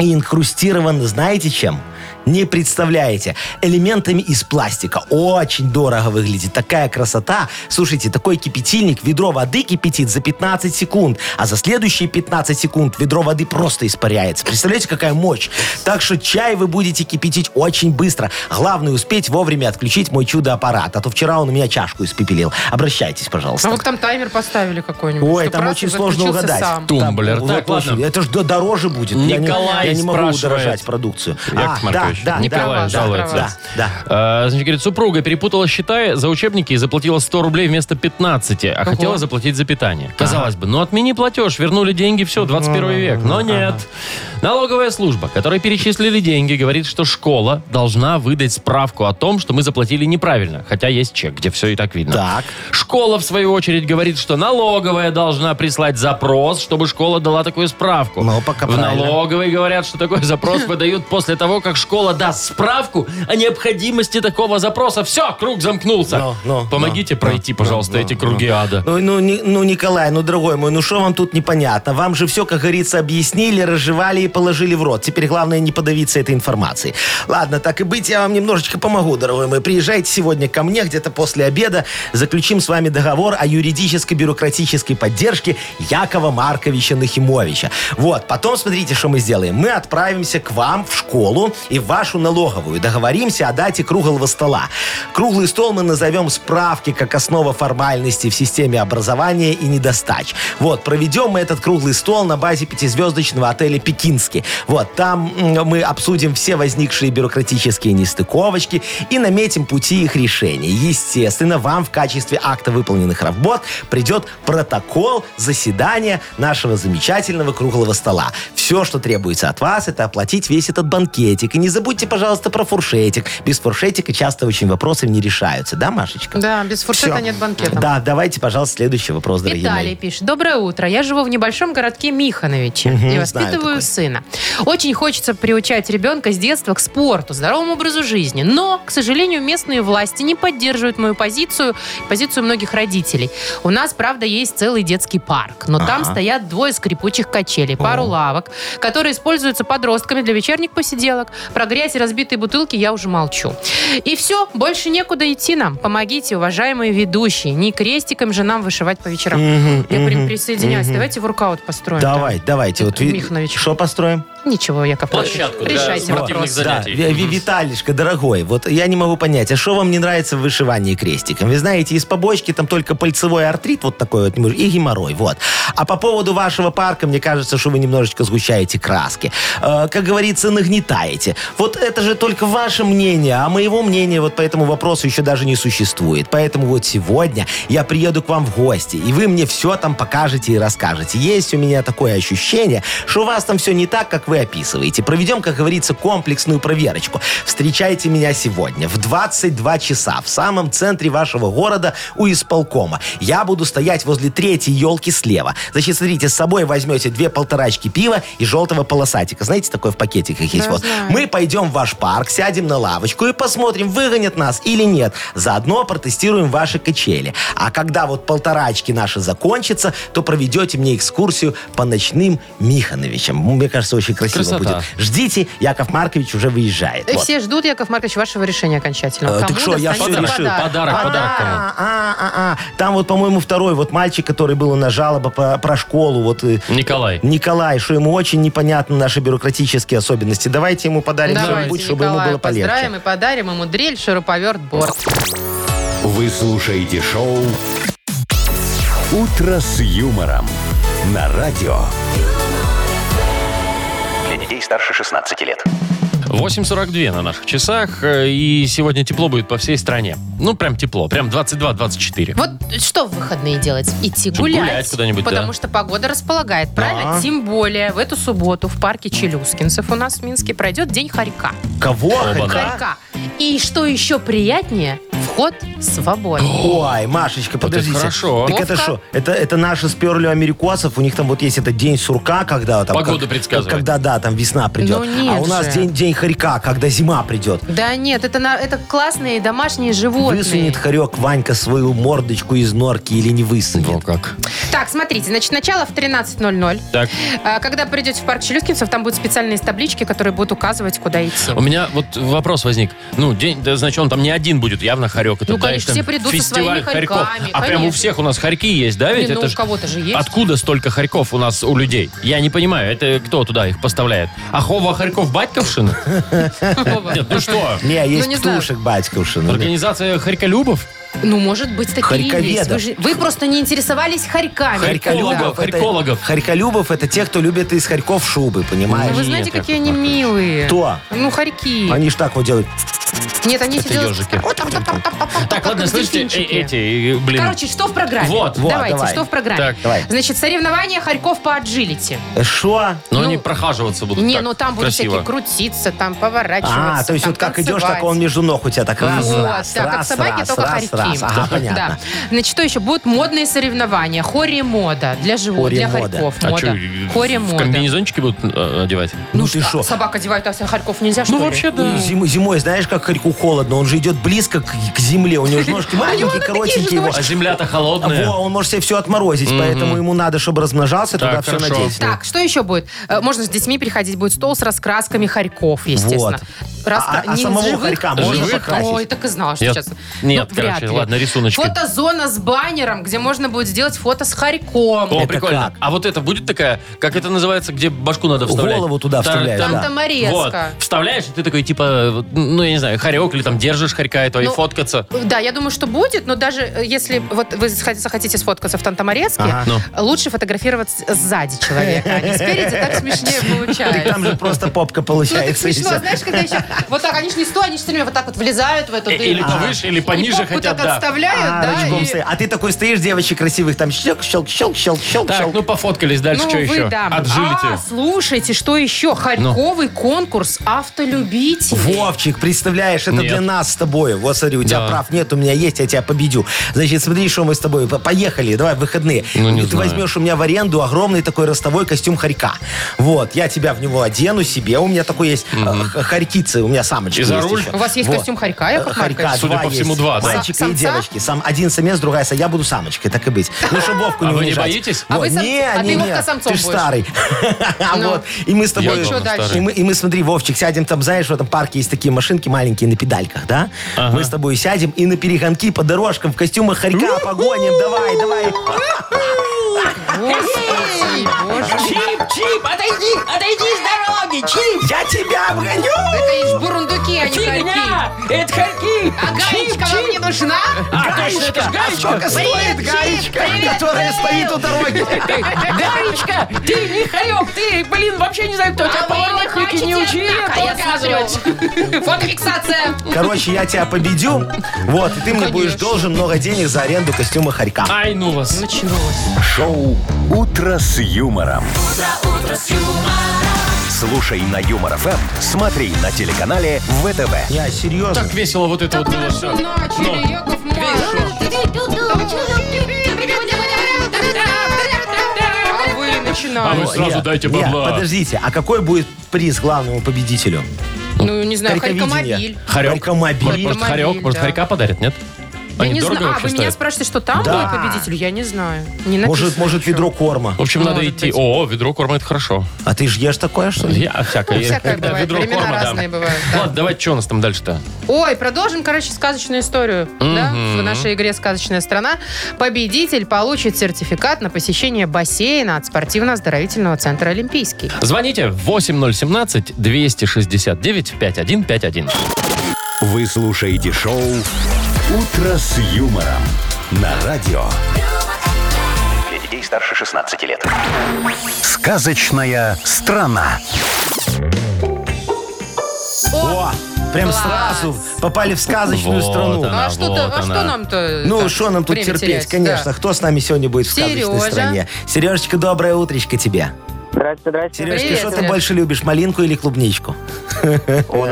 Speaker 4: и инкрустирована, знаете чем? Не представляете. Элементами из пластика. Очень дорого выглядит. Такая красота. Слушайте, такой кипятильник, ведро воды кипятит за 15 секунд, а за следующие 15 секунд ведро воды просто испаряется. Представляете, какая мощь? Так что чай вы будете кипятить очень быстро. Главное успеть вовремя отключить мой чудо-аппарат, а то вчера он у меня чашку испепелил. Обращайтесь, пожалуйста.
Speaker 3: А вот там таймер поставили какой-нибудь.
Speaker 4: Ой,
Speaker 3: чтоб
Speaker 4: там
Speaker 3: раз
Speaker 4: очень
Speaker 3: и
Speaker 4: сложно
Speaker 3: отключился
Speaker 4: угадать.
Speaker 3: сам.
Speaker 2: Тумблер.
Speaker 4: Там,
Speaker 2: Так,
Speaker 4: вот очень.
Speaker 2: ладно.
Speaker 4: Это же дороже будет. Я не-
Speaker 2: Николай
Speaker 4: я не, могу
Speaker 2: спрашивает.
Speaker 4: удорожать продукцию.
Speaker 2: Яков Маркович, Николай
Speaker 3: да,
Speaker 2: жалуется.
Speaker 4: А, да, да.
Speaker 2: Э, Значит, говорит, супруга перепутала счета за учебники и заплатила 100 рублей вместо 15, а хотела заплатить за питание. Казалось бы, ну отмени платеж, вернули деньги, все, 21 век. Но нет. Налоговая служба, которой перечислили деньги, говорит, что школа должна выдать справку о том, что мы заплатили неправильно, хотя есть чек, где все и так видно.
Speaker 4: Так.
Speaker 2: Школа, в свою очередь, говорит, что налоговая должна прислать запрос, чтобы школа дала такую справку.
Speaker 4: Ну, пока
Speaker 2: В
Speaker 4: правильно.
Speaker 2: налоговой говорят, что такой запрос выдают после того, как школа даст справку о необходимости такого запроса. Все, круг замкнулся.
Speaker 4: Ну, ну,
Speaker 2: Помогите
Speaker 4: ну,
Speaker 2: пройти,
Speaker 4: ну,
Speaker 2: пожалуйста,
Speaker 4: ну,
Speaker 2: эти круги ада.
Speaker 4: Ну, ну, Ни- ну, Николай, ну, дорогой мой, ну, что вам тут непонятно? Вам же все, как говорится, объяснили, разжевали и положили в рот. Теперь главное не подавиться этой информацией. Ладно, так и быть, я вам немножечко помогу, дорогой мой. Приезжайте сегодня ко мне где-то после обеда. Заключим с вами договор о юридической бюрократической поддержке Якова Марковича Нахимовича. Вот, потом смотрите, что мы сделаем. Мы отправимся к вам в школу и в вашу налоговую. Договоримся о дате круглого стола. Круглый стол мы назовем справки как основа формальности в системе образования и недостач. Вот, проведем мы этот круглый стол на базе пятизвездочного отеля «Пекинский». Вот, там м, мы обсудим все возникшие бюрократические нестыковочки и наметим пути их решения. Естественно, вам в качестве акта выполненных работ придет протокол заседания нашего замечательного круглого стола. Все, что требуется от вас, это оплатить весь этот банкетик. И не забудьте, пожалуйста, про фуршетик. Без фуршетика часто очень вопросы не решаются. Да, Машечка?
Speaker 3: Да, без фуршета
Speaker 4: Всё.
Speaker 3: нет банкета.
Speaker 4: Да, давайте, пожалуйста, следующий вопрос, дорогие
Speaker 3: Виталий
Speaker 4: мои.
Speaker 3: пишет. Доброе утро. Я живу в небольшом городке Михановиче и
Speaker 4: знаю
Speaker 3: воспитываю
Speaker 4: такой.
Speaker 3: сына. Очень хочется приучать ребенка с детства к спорту, здоровому образу жизни. Но, к сожалению, местные власти не поддерживают мою позицию, позицию многих родителей. У нас, правда, есть целый детский парк, но там
Speaker 4: Ага.
Speaker 3: стоят двое скрипучих качелей, пару лавок, которые используются подростками для вечерних посиделок. Про грязь и разбитые бутылки я уже молчу. И все, больше некуда идти нам. Помогите, уважаемые ведущие. Не крестиком же нам вышивать по вечерам.
Speaker 4: Мгм,
Speaker 3: Я прям
Speaker 4: мгм,
Speaker 3: присоединяюсь.
Speaker 4: мгм.
Speaker 3: Давайте воркаут построим.
Speaker 4: Давай, давайте. Вот, Ви-
Speaker 3: Михнович.
Speaker 4: Что построим?
Speaker 3: Ничего, Яков Маркович.
Speaker 2: Площадку для
Speaker 3: Решайте
Speaker 2: спортивных
Speaker 3: вопрос.
Speaker 2: за- занятий.
Speaker 4: Э, Да, Ви- Ви-
Speaker 2: Мгм.
Speaker 4: Виталишка, дорогой, вот я не могу понять, а что вам не нравится в вышивании крестиком? Вы знаете, из побочки там только пальцевой артрит вот такой вот, не мож- и геморрой, вот. А по поводу вашего парка, мне кажется, что вы немножечко сгущаете краски. Э, как говорится, нагнетаете. Вот это же только ваше мнение, а моего мнения вот по этому вопросу еще даже не существует. Поэтому вот сегодня я приеду к вам в гости, и вы мне все там покажете и расскажете. Есть у меня такое ощущение, что у вас там все не так, как вы описываете. Проведем, как говорится, комплексную проверочку. Встречайте меня сегодня в 22 часа в самом центре вашего города у исполкома. Я буду стоять возле третьей елки слева. Значит, смотрите, с собой возьмете две полторачки пива и желтого полосатика. Знаете, такое в пакетиках есть.
Speaker 3: Да,
Speaker 4: вот.
Speaker 3: знаю.
Speaker 4: Мы пойдем пойдем в ваш парк, сядем на лавочку и посмотрим, выгонят нас или нет. Заодно протестируем ваши качели. А когда вот полторачки наши закончатся, то проведете мне экскурсию по ночным Михановичам. Мне кажется, очень красиво
Speaker 2: Красота.
Speaker 4: будет. Ждите, Яков Маркович уже выезжает.
Speaker 3: И
Speaker 4: Вот.
Speaker 3: Э, все ждут, Яков Маркович, вашего решения окончательного.
Speaker 4: Э,
Speaker 3: Кому
Speaker 4: так что, я
Speaker 3: достанется
Speaker 4: всё решил.
Speaker 2: Подарок
Speaker 4: А,
Speaker 2: подарком.
Speaker 4: а, а, а. Там вот, по-моему, второй вот мальчик, который был на жалоба по- про школу, вот э,
Speaker 2: Николай.
Speaker 4: Николай, что ему очень непонятны наши бюрократические особенности. Давайте ему подарим
Speaker 3: Давайте
Speaker 4: что-нибудь, чтобы ему
Speaker 3: Николая
Speaker 4: было полегче.
Speaker 3: поздравим и подарим ему дрель, шуруповерт, борт.
Speaker 1: Вы слушаете шоу «Утро с юмором» на радио.
Speaker 8: Для детей старше 16 лет.
Speaker 2: 8.42 на наших часах, э, и сегодня тепло будет по всей стране. Ну, прям тепло, прям 22-24.
Speaker 3: Вот что в выходные делать? Идти
Speaker 2: Чтобы
Speaker 3: гулять.
Speaker 2: гулять куда-нибудь,
Speaker 3: Потому
Speaker 2: да.
Speaker 3: что погода располагает, правильно?
Speaker 4: Да.
Speaker 3: Тем более в эту субботу в парке Челюскинцев у нас в Минске пройдет День Харька.
Speaker 4: Кого?
Speaker 2: Оба,
Speaker 4: Хорька?
Speaker 3: Харька. И что еще приятнее, вход свободный.
Speaker 4: Ой, Машечка, подождите.
Speaker 2: хорошо.
Speaker 4: Так
Speaker 3: Вовка?
Speaker 4: это что? Это, это наши сперли у америкосов. У них там вот есть этот день сурка, когда там...
Speaker 2: Погоду
Speaker 4: как-
Speaker 2: предсказывает.
Speaker 4: Когда, да, там весна придет.
Speaker 3: Ну, нет
Speaker 4: а у нас
Speaker 3: же.
Speaker 4: день, день хорька, когда зима придет.
Speaker 3: Да нет, это, на, это классные домашние животные.
Speaker 4: Высунет хорек Ванька свою мордочку из норки или не высунет?
Speaker 2: как.
Speaker 3: Так, смотрите, значит, начало в 13.00.
Speaker 2: Так,
Speaker 3: А, Когда придете в парк Челюскинцев, там будут специальные таблички, которые будут указывать, куда идти.
Speaker 2: у меня вот вопрос возник. Ну, день, да, значит, он там не один будет, явно хорек. Это,
Speaker 3: Ну, конечно,
Speaker 2: знаешь, там
Speaker 3: все придут со
Speaker 2: фестиваль
Speaker 3: своими
Speaker 2: хорьков.
Speaker 3: хорьками,
Speaker 2: А прям у
Speaker 3: конечно.
Speaker 2: всех у нас хорьки есть, да? Ведь
Speaker 3: Блин, ну,
Speaker 2: это
Speaker 3: у
Speaker 2: ж-
Speaker 3: кого-то же есть.
Speaker 2: Откуда столько хорьков у нас у людей? Я не понимаю, это кто туда их поставляет? Ахова хорьков Батьковшин?
Speaker 3: Вова.
Speaker 2: Нет, ну что?
Speaker 4: Не, а есть
Speaker 3: Ну, не знаю.
Speaker 4: птушек, батькуши. ну,
Speaker 2: Организация хорьколюбов?
Speaker 3: Ну, может быть, такие есть.
Speaker 4: Харьковедов.
Speaker 3: Вы, же- вы просто не интересовались хорьками.
Speaker 2: Хорьколюбов.
Speaker 3: Да.
Speaker 4: Хорьколюбов это-
Speaker 2: Хорькологов.
Speaker 4: Хорьколюбов это те, кто любит из хорьков шубы,
Speaker 3: Ну,
Speaker 4: понимаешь?
Speaker 3: Вы знаете,
Speaker 2: Нет,
Speaker 3: какие
Speaker 2: Яков
Speaker 3: они
Speaker 2: Маркович.
Speaker 3: милые.
Speaker 4: Кто?
Speaker 3: Ну, хорьки.
Speaker 4: Они ж так вот делают.
Speaker 3: Нет, они
Speaker 2: Это
Speaker 3: сидят-
Speaker 2: ежики.
Speaker 3: Вот так, так, так, так, так, так,
Speaker 2: Так, ладно,
Speaker 3: как
Speaker 2: слышите, э,
Speaker 3: дельфинчики.
Speaker 2: эти, э, блин.
Speaker 3: Короче, что в программе?
Speaker 2: Вот,
Speaker 4: вот,
Speaker 3: Давайте,
Speaker 4: давай.
Speaker 3: что в программе?
Speaker 2: Так.
Speaker 4: Давай.
Speaker 3: Значит, соревнования хорьков по аджилити.
Speaker 4: Э, Шо?
Speaker 2: Но
Speaker 3: ну,
Speaker 2: они прохаживаться будут
Speaker 3: Не,
Speaker 2: так
Speaker 3: ну там будут
Speaker 2: красиво.
Speaker 3: всякие крутиться, там поворачиваться.
Speaker 4: А, то есть
Speaker 3: там
Speaker 4: вот как идешь,
Speaker 3: танцевать.
Speaker 4: так он между ног у тебя так раз,
Speaker 3: Вот,
Speaker 4: раз,
Speaker 3: да, как
Speaker 4: раз,
Speaker 3: собаки,
Speaker 4: раз,
Speaker 3: только
Speaker 4: раз,
Speaker 3: хорьки.
Speaker 4: раз. Ага, понятно.
Speaker 3: Да. Значит, что еще? Будут модные соревнования. Хори мода для животных, для
Speaker 4: Хори-мода.
Speaker 3: хорьков.
Speaker 2: А
Speaker 3: мода.
Speaker 2: что,
Speaker 3: Хори
Speaker 2: в
Speaker 3: мода.
Speaker 2: комбинезончики будут э, одевать?
Speaker 4: Ну ты шо?
Speaker 3: Собак одевают, а всех хорьков нельзя, что
Speaker 2: Ну,
Speaker 3: ли?
Speaker 2: вообще, да.
Speaker 4: Ну, зим- зимой, знаешь, как хорьку холодно, он же идет близко к, к земле, у него же
Speaker 3: А
Speaker 4: ножки маленькие, коротенькие. его.
Speaker 2: А земля-то холодная.
Speaker 4: Во, он может себе все отморозить, поэтому ему надо, чтобы размножался,
Speaker 2: Так,
Speaker 4: туда все
Speaker 2: хорошо.
Speaker 4: надеть.
Speaker 3: Так, что еще будет? Э, Можно с детьми приходить. Будет стол с раскрасками хорьков, естественно.
Speaker 4: Вот. А- а
Speaker 3: не
Speaker 4: самого
Speaker 3: живых,
Speaker 4: хорька
Speaker 3: не
Speaker 4: можно
Speaker 3: живых.
Speaker 4: покрасить?
Speaker 3: Ой, так и знала, что
Speaker 2: Я-
Speaker 3: сейчас.
Speaker 2: Нет,
Speaker 3: вряд
Speaker 2: короче,
Speaker 3: ли.
Speaker 2: ладно, рисуночки.
Speaker 3: Фотозона с баннером, где можно будет сделать фото с хорьком.
Speaker 2: О,
Speaker 4: Это
Speaker 2: прикольно.
Speaker 4: как?
Speaker 2: А вот это будет такая, как это называется, где башку надо вставлять?
Speaker 4: Голову туда
Speaker 2: Та-
Speaker 4: вставляешь,
Speaker 2: там-
Speaker 4: да.
Speaker 3: Там-то морезка.
Speaker 2: Вот, вставляешь, и ты такой, типа, вот, ну, я не знаю, хорек, или там держишь хорька этого и
Speaker 3: Ну,
Speaker 2: фоткаться.
Speaker 3: Да, я думаю, что будет, но даже э, если вот вы схот- захотите сфоткаться в Тантаморецке,
Speaker 4: Ага. Ну.
Speaker 3: лучше фотографировать сзади человека, а не спереди, так смешнее
Speaker 4: Так
Speaker 3: получается.
Speaker 4: там же просто попка
Speaker 3: Ну, так
Speaker 4: получается. и
Speaker 3: смешно,
Speaker 4: всё.
Speaker 3: знаешь, когда еще вот так, они же не стоят, они же все время вот так вот влезают в эту
Speaker 2: Э,
Speaker 3: дыру.
Speaker 2: Или повыше, или пониже
Speaker 3: Они попку
Speaker 2: хотят,
Speaker 3: так
Speaker 2: да.
Speaker 3: отставляют,
Speaker 4: А,
Speaker 3: да,
Speaker 4: рычком
Speaker 3: и-
Speaker 4: стоит. А ты такой стоишь, девочек красивых, там щелк, щелк, щелк, щелк, щелк,
Speaker 2: Так,
Speaker 4: щелк.
Speaker 2: ну пофоткались дальше,
Speaker 3: ну,
Speaker 2: что
Speaker 3: вы,
Speaker 2: еще?
Speaker 3: да. А,
Speaker 2: Отжилите.
Speaker 3: слушайте, что еще? Харьковый конкурс автолюбителей.
Speaker 4: Вовчик, представляешь, это
Speaker 2: Нет.
Speaker 4: для нас с тобой. Вот смотри, у тебя
Speaker 2: Да.
Speaker 4: прав нет, у меня есть, я тебя победю. Значит, смотри, что мы с тобой. П- Поехали, давай, в выходные.
Speaker 2: Ну, не
Speaker 4: Ты
Speaker 2: знаю.
Speaker 4: возьмешь у меня в аренду огромный такой ростовой костюм хорька. Вот, я тебя в него одену себе. У меня такой есть э, х- хорькицы, у меня самочки
Speaker 2: И за
Speaker 4: есть
Speaker 2: руль?
Speaker 4: еще.
Speaker 3: У вас есть
Speaker 4: Вот. Э,
Speaker 3: костюм хорька, Яков
Speaker 4: Хорька,
Speaker 3: Маркович?
Speaker 2: Судя
Speaker 4: два
Speaker 2: по всему,
Speaker 4: есть.
Speaker 2: два, да?
Speaker 4: Мальчика и
Speaker 3: Самца?
Speaker 4: девочки. Сам, один самец, другая самец. Я буду самочкой, так и быть. Ну, чтобы Вовку
Speaker 2: А
Speaker 4: не
Speaker 2: вы не
Speaker 4: унижать.
Speaker 2: боитесь?
Speaker 3: А вы
Speaker 4: Вот.
Speaker 3: сам-
Speaker 4: Не,
Speaker 3: а ты,
Speaker 4: не,
Speaker 3: Вовка,
Speaker 4: не.
Speaker 3: самцом
Speaker 4: Ты ж
Speaker 3: будешь.
Speaker 4: старый. А
Speaker 3: Ну.
Speaker 4: вот, и мы с тобой...
Speaker 2: Я
Speaker 3: что
Speaker 2: главное,
Speaker 3: дальше?
Speaker 2: старый.
Speaker 4: И мы, и мы, смотри, Вовчик, сядем там, знаешь, в этом парке есть такие машинки маленькие на педальках, да? Мы с тобой сядем и на перегонки по дорожкам в костюмах хорька погоним. Давай, давай.
Speaker 3: Эй, боже.
Speaker 4: Я тебя обгоню!
Speaker 3: Это из бурундуки, а не хорьки. Это хорьки. А гаечка вам не нужна?
Speaker 4: Гаечка! А сколько стоит гаечка, которая стоит у дороги?
Speaker 6: Гаечка, ты не хорек, ты, блин, вообще не знаю, кто тебя
Speaker 3: А вы не
Speaker 6: поворотники не
Speaker 3: хотите?
Speaker 6: учили
Speaker 3: Так, а я
Speaker 6: показывать.
Speaker 3: Фотофиксация.
Speaker 4: Короче, я тебя победю, вот, и ты мне будешь должен много денег за аренду костюма хорька.
Speaker 2: Ай, ну вас.
Speaker 1: Шоу «Утро с юмором». Слушай на Юмор ФМ, смотри на телеканале ВТВ.
Speaker 4: Я серьезно.
Speaker 2: Так весело вот это вот было все.
Speaker 3: начали, Яков А вы
Speaker 2: А вы
Speaker 3: начинаете.
Speaker 2: сразу
Speaker 4: Нет,
Speaker 2: дайте
Speaker 4: нет,
Speaker 2: бабла.
Speaker 4: подождите, а какой будет приз главному победителю?
Speaker 3: Ну, не знаю, Харькомобиль.
Speaker 4: Харьковидение.
Speaker 2: Харек. Может,
Speaker 4: Харькомобиль.
Speaker 2: может, Харек? Может,
Speaker 3: да.
Speaker 2: Харька подарят, нет?
Speaker 3: Я
Speaker 2: Они
Speaker 3: не
Speaker 2: дорого
Speaker 3: знаю. А,
Speaker 2: вообще
Speaker 3: вы меня
Speaker 2: стоят?
Speaker 3: спрашиваете, что там
Speaker 4: Да.
Speaker 3: будет победитель? Я не знаю. Не
Speaker 4: Может,
Speaker 3: написано
Speaker 4: может
Speaker 3: еще.
Speaker 4: ведро корма.
Speaker 2: В общем,
Speaker 3: Может
Speaker 2: надо идти.
Speaker 3: быть.
Speaker 2: О, ведро корма, это хорошо.
Speaker 4: А ты ж ешь такое, что ли?
Speaker 2: Я а, всякое.
Speaker 3: Ну, всякое
Speaker 2: Когда
Speaker 3: бывает.
Speaker 2: ведро
Speaker 3: Времена
Speaker 2: корма, да.
Speaker 3: разные бывают, да.
Speaker 2: Ладно, давайте, что у нас там дальше-то?
Speaker 3: Ой, продолжим, короче, сказочную историю. Да? В нашей игре «Сказочная страна» победитель получит сертификат на посещение бассейна от спортивно-оздоровительного центра «Олимпийский».
Speaker 2: Звоните 8017-269-5151.
Speaker 1: Вы слушаете шоу «Утро с юмором» на радио.
Speaker 8: Для детей старше 16 лет.
Speaker 1: Сказочная страна.
Speaker 4: О, прям
Speaker 3: класс.
Speaker 4: сразу попали в сказочную
Speaker 2: Вот
Speaker 4: страну.
Speaker 2: она.
Speaker 3: Ну, а что,
Speaker 2: вот
Speaker 3: а
Speaker 2: она.
Speaker 3: что нам-то?
Speaker 4: Ну,
Speaker 3: там,
Speaker 4: что нам тут
Speaker 3: время
Speaker 4: терпеть,
Speaker 3: терять?
Speaker 4: конечно.
Speaker 3: Да.
Speaker 4: Кто с нами сегодня будет в сказочной
Speaker 3: Сережа.
Speaker 4: стране? Сережечка, доброе утречко тебе.
Speaker 5: Здрасте, здрасте.
Speaker 4: Сережка,
Speaker 3: Привет,
Speaker 4: что ты
Speaker 3: Сереж.
Speaker 4: больше любишь, малинку или клубничку?
Speaker 5: О, ну,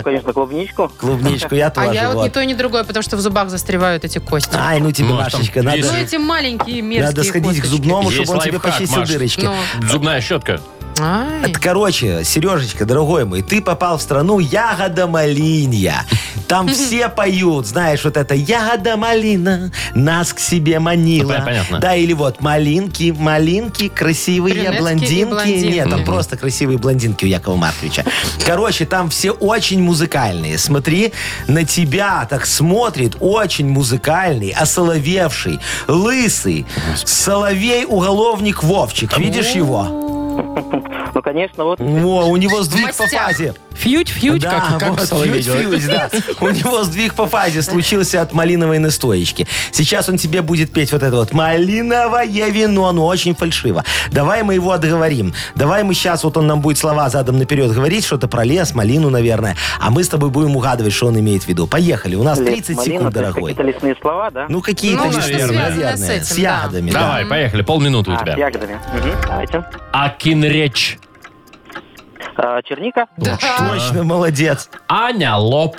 Speaker 5: конечно, клубничку.
Speaker 4: Клубничку, я тоже.
Speaker 3: А я вот
Speaker 4: вот.
Speaker 3: ни то, ни другое, потому что в зубах застревают эти кости.
Speaker 4: Ай, ну тебе,
Speaker 2: Ну, а
Speaker 4: Машечка,
Speaker 2: там
Speaker 4: надо,
Speaker 3: Ну,
Speaker 2: да.
Speaker 3: эти маленькие мерзкие
Speaker 4: надо сходить к
Speaker 3: косточки.
Speaker 4: зубному,
Speaker 2: Есть
Speaker 4: чтобы он тебе
Speaker 2: лайфхак,
Speaker 4: почистил
Speaker 2: Маш.
Speaker 4: дырочки.
Speaker 3: Ну.
Speaker 2: Зубная щетка.
Speaker 3: Ай.
Speaker 4: Это, короче, Сережечка, дорогой мой, ты попал в страну ягода малинья. Там все поют, знаешь, вот это ягода малина нас к себе манила.
Speaker 2: Ну, пон- понятно.
Speaker 4: Да, или вот малинки, малинки, красивые
Speaker 3: Брюнетки и
Speaker 4: блондинки.
Speaker 3: блондинки.
Speaker 4: Нет, там
Speaker 3: Мгм.
Speaker 4: просто красивые блондинки у Якова Марковича. Короче, там все очень музыкальные. Смотри, на тебя так смотрит очень музыкальный, осоловевший, лысый, соловей-уголовник Вовчик. Видишь его?
Speaker 5: Ну, конечно, вот.
Speaker 4: Во, у него сдвиг по
Speaker 3: мастях.
Speaker 4: фазе.
Speaker 2: Фьють-фьють,
Speaker 4: да,
Speaker 2: как, как
Speaker 4: вот,
Speaker 2: соловей
Speaker 4: фьють,
Speaker 2: делает.
Speaker 4: фьють, да. У него сдвиг по фазе случился от малиновой настоечки. Сейчас он тебе будет петь вот это вот малиновое вино, но очень фальшиво. Давай мы его отговорим. Давай мы сейчас, вот он нам будет слова задом наперед говорить, что-то про лес, малину, наверное. А мы с тобой будем угадывать, что он имеет в виду. Поехали, у нас 30 секунд, дорогой.
Speaker 5: Какие-то лесные слова, да?
Speaker 4: Ну, какие-то
Speaker 3: Ну,
Speaker 4: лесные,
Speaker 2: что-то связано с
Speaker 4: наверное,
Speaker 3: этим,
Speaker 4: с
Speaker 3: да.
Speaker 4: ягодами. да.
Speaker 2: Давай, поехали, полминуты у
Speaker 5: а, с
Speaker 2: тебя.
Speaker 5: ягодами. Мгм, Давайте.
Speaker 2: Акинреч.
Speaker 5: А, черника.
Speaker 3: Да.
Speaker 4: Точно, молодец.
Speaker 2: Аня лоб.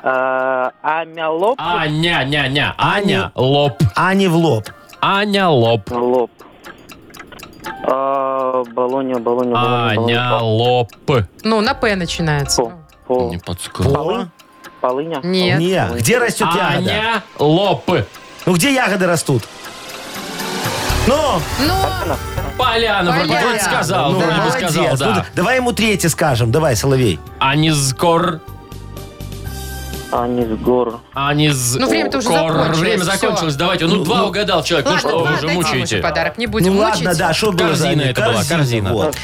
Speaker 5: А, амялоп.
Speaker 2: Аня, ня, ня. Аня лоб.
Speaker 4: А не в лоб.
Speaker 2: Аня лоб.
Speaker 5: Лоб. А, балоня, балоня,
Speaker 2: Аня
Speaker 5: балоня,
Speaker 2: лоб.
Speaker 3: Ну, на П начинается.
Speaker 5: По, по,
Speaker 2: Не подскажу.
Speaker 4: О,
Speaker 5: полыня.
Speaker 3: Нет.
Speaker 4: Не, где растет ягода?
Speaker 2: Аня лоб.
Speaker 4: Ну где ягоды растут? Ну,
Speaker 3: Ну,
Speaker 2: Поляна, вроде
Speaker 3: Поляна.
Speaker 2: вроде сказал,
Speaker 4: ну,
Speaker 2: вроде бы
Speaker 4: молодец.
Speaker 2: сказал,
Speaker 4: Ну,
Speaker 2: да.
Speaker 4: д- давай ему третий скажем. Давай, Соловей.
Speaker 2: Анизкор.
Speaker 5: Анис А, гор.
Speaker 2: Аниз...
Speaker 3: Ну, время-то уже
Speaker 2: кор.
Speaker 3: закончилось,
Speaker 2: Время
Speaker 3: всё.
Speaker 2: закончилось. Давайте. Ну, два угадал человек. Ну
Speaker 3: ладно,
Speaker 2: что,
Speaker 3: два,
Speaker 2: вы уже
Speaker 3: дайте вам уже
Speaker 2: мучаете.
Speaker 3: подарок, не будем
Speaker 4: ну
Speaker 3: мучить.
Speaker 4: ладно, да, что было за
Speaker 2: Корзина это была, корзина.
Speaker 4: вот.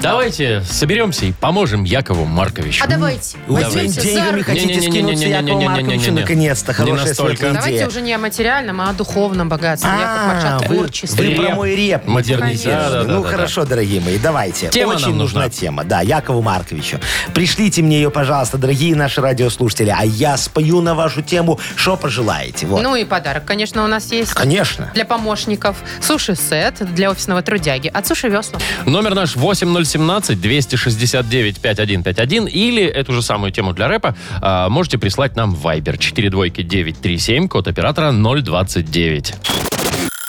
Speaker 2: давайте соберемся и поможем Якову Марковичу.
Speaker 3: А давайте.
Speaker 4: Вот
Speaker 2: Давайте.
Speaker 4: день- деньгами хотите
Speaker 2: Не-не-не-не-не-не-не-не-не.
Speaker 4: скинуться Якову Марковичу, наконец-то.
Speaker 2: Не
Speaker 4: Хорошая
Speaker 2: настолько.
Speaker 4: светлая
Speaker 3: Давайте
Speaker 4: идея.
Speaker 3: уже не о материальном, а о духовном богатстве. Яков
Speaker 4: А,
Speaker 3: Маркович, о
Speaker 4: вы,
Speaker 3: творчестве.
Speaker 4: вы про мой реп.
Speaker 2: Модернизация.
Speaker 4: Конечно.
Speaker 2: Да, да, да,
Speaker 4: ну
Speaker 2: да,
Speaker 4: хорошо, дорогие мои, давайте.
Speaker 2: Тема
Speaker 4: Очень
Speaker 2: нам нужна.
Speaker 4: тема, да, Якову Марковичу. Пришлите мне ее, пожалуйста, дорогие наши радиослушатели, а я спою на вашу тему, что пожелаете. Вот.
Speaker 3: Ну и подарок, конечно, у нас есть.
Speaker 4: Конечно.
Speaker 3: Для помощников. Суши-сет для офисного трудяги. От суши-весла.
Speaker 2: Номер наш 8017-269-5151. Или эту же самую тему для рэпа а, можете прислать нам в Viber 42937, код оператора 029.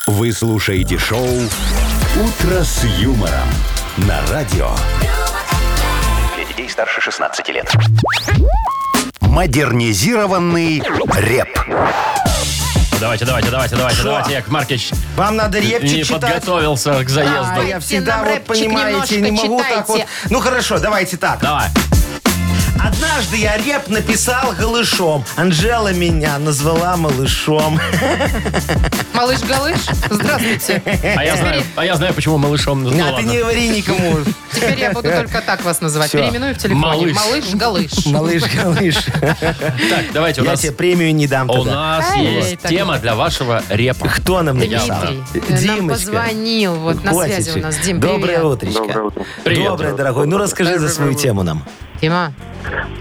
Speaker 1: Вы слушаете шоу «Утро с юмором» на радио.
Speaker 8: Для детей старше 16 лет.
Speaker 1: Модернизированный реп.
Speaker 2: Давайте, давайте, давайте, давайте, давайте, Яков Маркич.
Speaker 4: Вам надо репчик
Speaker 2: не
Speaker 4: читать.
Speaker 2: подготовился к
Speaker 4: А,
Speaker 2: заезду.
Speaker 4: я всегда
Speaker 3: нам
Speaker 4: вот
Speaker 3: рэпчик
Speaker 4: понимаете, не
Speaker 3: немножко
Speaker 4: могу так вот.
Speaker 3: читайте.
Speaker 4: Ну хорошо, давайте так.
Speaker 2: Давай.
Speaker 4: Однажды я реп написал голышом. Анжела меня назвала малышом.
Speaker 3: Малыш-галыш, здравствуйте.
Speaker 2: А я знаю, а я знаю, почему малышом. Ну,
Speaker 4: А ты
Speaker 2: ладно.
Speaker 4: не говори никому.
Speaker 3: Теперь я буду только так вас называть.
Speaker 4: Всё.
Speaker 3: Переименую в телефоне.
Speaker 2: Малыш.
Speaker 3: Малыш-галыш.
Speaker 4: Малыш, голыш.
Speaker 2: Так, давайте, у
Speaker 4: Я
Speaker 2: нас,
Speaker 4: тебе премию не дам
Speaker 2: у
Speaker 4: тогда.
Speaker 2: нас
Speaker 3: Эй,
Speaker 2: есть
Speaker 3: так
Speaker 2: тема
Speaker 3: вот.
Speaker 2: для вашего репа.
Speaker 4: Кто нам написал?
Speaker 3: Дмитрий э, нам позвонил. Вот на связи у нас. Дим,
Speaker 4: Доброе
Speaker 3: привет.
Speaker 4: утречко.
Speaker 7: Доброе утро.
Speaker 2: Привет.
Speaker 4: Доброе, дорогой. Ну, расскажи за свою тему нам.
Speaker 3: Дима,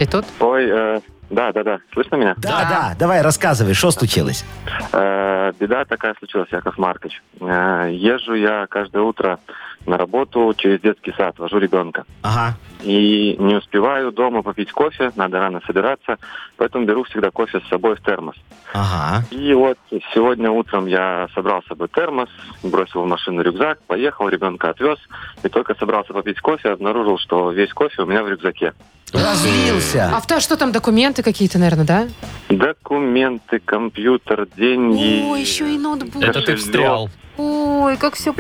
Speaker 3: ты тут?
Speaker 7: Ой, э, да, да, да. Слышно меня?
Speaker 4: Да, да, давай, рассказывай, что случилось.
Speaker 7: Э, беда такая случилась, Яков Маркович. Э, езжу я каждое утро на работу через детский сад, вожу ребенка.
Speaker 4: Ага.
Speaker 7: И не успеваю дома попить кофе, надо рано собираться, поэтому беру всегда кофе с собой в термос.
Speaker 4: Ага.
Speaker 7: И вот сегодня утром я собрал с собой термос, бросил в машину рюкзак, поехал, ребенка отвез. И только собрался попить кофе, обнаружил, что весь кофе у меня в рюкзаке.
Speaker 3: А
Speaker 2: Э,
Speaker 4: Развился.
Speaker 3: в то, А что там, документы какие-то, наверное, да?
Speaker 7: Документы, компьютер, деньги.
Speaker 3: Ой, еще и ноутбук.
Speaker 2: Это ты
Speaker 7: Кошелек.
Speaker 2: встрял.
Speaker 3: Ой, как все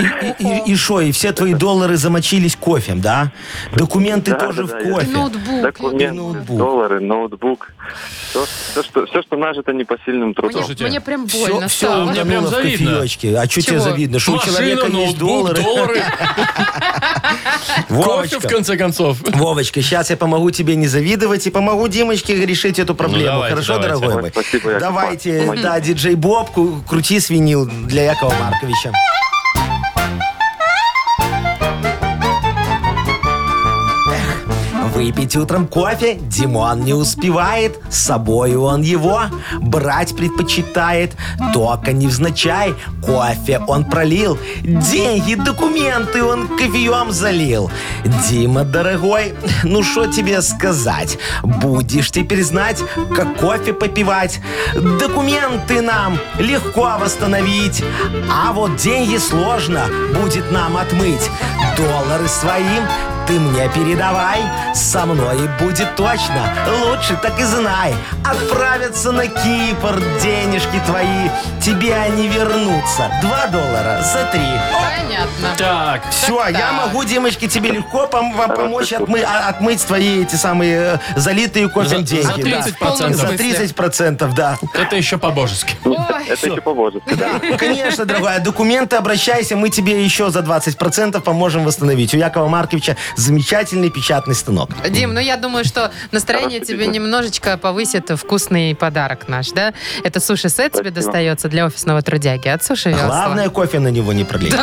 Speaker 4: И что, и все твои доллары замочились кофем, да? Документы
Speaker 7: Да,
Speaker 4: тоже
Speaker 7: да, да,
Speaker 4: в
Speaker 7: я-
Speaker 4: кофе.
Speaker 3: Ноутбук.
Speaker 7: Документы,
Speaker 4: И ноутбук.
Speaker 7: доллары, ноутбук. Все, что, все, что нажито непосильным трудом.
Speaker 2: Слушайте,
Speaker 3: Мне, мне прям
Speaker 4: Все,
Speaker 3: больно
Speaker 4: все
Speaker 3: стало.
Speaker 2: мне прям
Speaker 4: утонуло в
Speaker 2: завидно.
Speaker 4: кофеечке. А что тебе
Speaker 3: Чего?
Speaker 4: завидно? Что у человека есть доллары?
Speaker 2: доллары, кофе, в
Speaker 4: Вовочка,
Speaker 2: конце концов.
Speaker 4: Вовочка, сейчас я помогу тебе не завидовать и помогу Димочке решить эту проблему.
Speaker 2: Ну, давайте,
Speaker 4: Хорошо,
Speaker 2: давайте.
Speaker 4: дорогой
Speaker 7: Ой,
Speaker 4: мой?
Speaker 7: спасибо, Яков
Speaker 4: Давайте,
Speaker 7: Маркович.
Speaker 4: да, диджей Боб, ку- крути свинил для Якова Марковича. Эх, Выпить утром кофе Димон не успевает, с собою он его брать предпочитает. Только невзначай кофе он пролил, деньги, документы он кофеем залил. Дима, дорогой, ну что тебе сказать? Будешь теперь знать, как кофе попивать. Документы нам легко восстановить, а вот деньги сложно будет нам отмыть. Доллары своим ты мне передавай, со мной будет точно, лучше так и знай. Отправятся на Кипр денежки твои, тебе они вернутся. Два доллара за три.
Speaker 3: Понятно.
Speaker 2: Так,
Speaker 4: Все, а я могу, Димочки, тебе легко пом- вам помочь отмы- а- отмыть твои эти самые э, залитые кофем
Speaker 2: За-
Speaker 4: деньги.
Speaker 2: за 30%.
Speaker 4: Да. За 30%, да.
Speaker 2: это еще по-божески.
Speaker 3: Ой,
Speaker 7: Это еще по-божески, да.
Speaker 4: Да, конечно, дорогая. Документы обращайся, мы тебе еще за 20% поможем восстановить. У Якова Марковича замечательный печатный станок.
Speaker 3: Дим, ну я думаю, что настроение тебе немножечко повысит вкусный подарок наш, да? Это суши-сет тебе
Speaker 7: Спасибо.
Speaker 3: достается для офисного трудяги от суши Весла.
Speaker 4: Главное, кофе на него не пролить.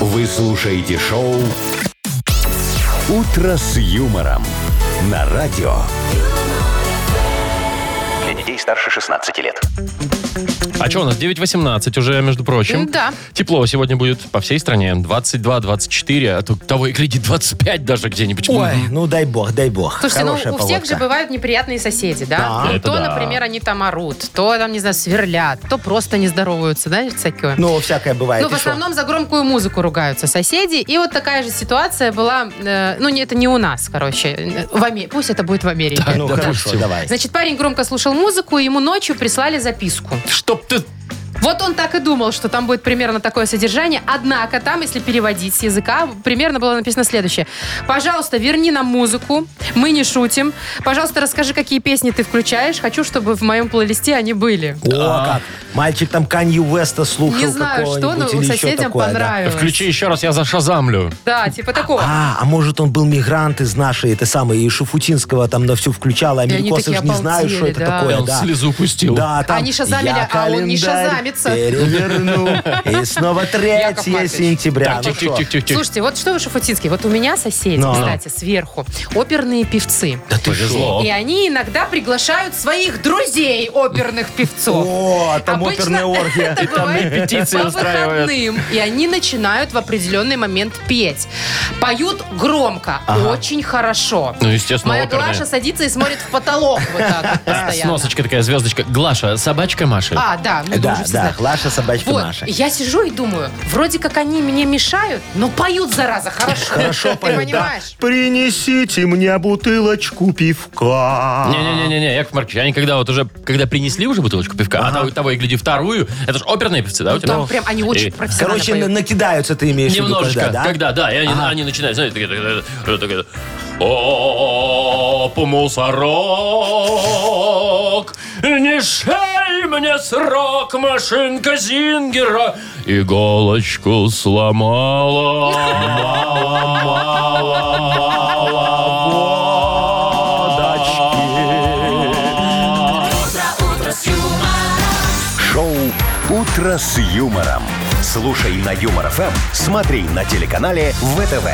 Speaker 1: Вы слушаете шоу «Утро с юмором» на радио.
Speaker 8: Для детей старше 16 лет.
Speaker 2: А что у нас? 9.18 уже, между прочим.
Speaker 3: Да.
Speaker 2: Тепло сегодня будет по всей стране. 22-24, а то того и гляди, 25 даже где-нибудь. М-м.
Speaker 4: Ой,
Speaker 2: Мгм.
Speaker 4: ну дай бог, дай бог.
Speaker 3: Слушайте, ну у
Speaker 4: Хорошая
Speaker 3: всех
Speaker 4: погодка.
Speaker 3: же бывают неприятные соседи, да?
Speaker 4: Да.
Speaker 3: Ну,
Speaker 2: Это
Speaker 3: то,
Speaker 2: да.
Speaker 3: например, они там орут, то там, не знаю, сверлят, то просто не здороваются, да, или всякое.
Speaker 4: Ну, всякое бывает.
Speaker 3: Ну, в
Speaker 4: И что?
Speaker 3: основном за громкую музыку ругаются соседи. И вот такая же ситуация была, э, ну, не, это не у нас, короче, э, в Аме- пусть это будет в Америке.
Speaker 4: ну,
Speaker 2: допустим.
Speaker 4: хорошо, давай.
Speaker 3: Значит, парень громко слушал музыку, и ему ночью прислали записку.
Speaker 2: Чтоб ты...
Speaker 3: Вот он так и думал, что там будет примерно такое содержание. Однако там, если переводить с языка, примерно было написано следующее. Пожалуйста, верни нам музыку. Мы не шутим. Пожалуйста, расскажи, какие песни ты включаешь. Хочу, чтобы в моем плейлисте они были.
Speaker 4: О,
Speaker 2: А.
Speaker 4: как. Мальчик там Канье Уэста слушал
Speaker 3: Не знаю, что, но
Speaker 4: какого-нибудь или еще
Speaker 3: соседям
Speaker 4: такое, да.
Speaker 3: понравилось.
Speaker 2: Включи еще раз, я зашазамлю.
Speaker 3: Да, типа такого.
Speaker 4: А, а может он был мигрант из нашей, этой самой, и Шуфутинского там на всю включала,
Speaker 3: они
Speaker 4: америкосы
Speaker 3: такие
Speaker 4: же не знают, что
Speaker 3: обалдели,
Speaker 4: это
Speaker 3: да.
Speaker 4: такое,
Speaker 2: Он
Speaker 4: да.
Speaker 2: слезу пустил.
Speaker 4: Да, там
Speaker 3: Они шазамили,
Speaker 4: я
Speaker 3: а он не
Speaker 4: календарь
Speaker 3: шазамится.
Speaker 4: Переверну, и снова 3
Speaker 3: Маркович.
Speaker 4: сентября.
Speaker 2: Так,
Speaker 4: Ну
Speaker 2: тихо,
Speaker 4: что?
Speaker 2: тихо, тихо, тихо.
Speaker 3: Слушайте, вот что вы, Шафутинский, вот у меня соседи,
Speaker 4: Ну.
Speaker 3: кстати, сверху, оперные певцы.
Speaker 4: Да ты
Speaker 2: Повезло.
Speaker 3: И они иногда приглашают своих друзей оперных певцов.
Speaker 4: О, там
Speaker 3: Обычно
Speaker 4: оперная оргия.
Speaker 3: Это бывает
Speaker 2: репетиции
Speaker 3: по
Speaker 2: устраивают.
Speaker 3: выходным. И они начинают в определенный момент петь. Поют громко, очень хорошо.
Speaker 2: Ну, естественно,
Speaker 3: Моя
Speaker 2: оперные.
Speaker 3: Глаша садится и смотрит в потолок вот так вот
Speaker 2: А,
Speaker 3: постоянно.
Speaker 2: Сносочка такая, звездочка. Глаша, собачка Маша.
Speaker 3: А, да, ну, это
Speaker 4: Да,
Speaker 3: уже все
Speaker 4: да,
Speaker 3: знают.
Speaker 4: Лаша собачка
Speaker 3: Вот,
Speaker 4: Маша.
Speaker 3: я сижу и думаю, вроде как они мне мешают, но поют, зараза, хорошо.
Speaker 4: Хорошо
Speaker 3: Ты
Speaker 4: поют, да.
Speaker 3: понимаешь?
Speaker 4: Принесите мне бутылочку пивка.
Speaker 2: Не-не-не-не, Яков Маркович, они когда вот уже, когда принесли уже бутылочку пивка, а того, того и гляди вторую, это же оперные певцы, да, А у тебя?
Speaker 3: Ну, Там прям они очень
Speaker 2: И-
Speaker 3: профессионально
Speaker 4: Короче,
Speaker 3: поют.
Speaker 4: на- накидаются ты имеешь в виду,
Speaker 2: Немножечко,
Speaker 4: когда, да?
Speaker 2: когда, да, и они, они начинают, знаете, такие, такие, такие, такие, Оп, мусорок, не шей мне срок, машинка Зингера иголочку сломала.
Speaker 1: Шоу «Утро с юмором». Слушай на Юмор ФМ, смотри на телеканале ВТВ.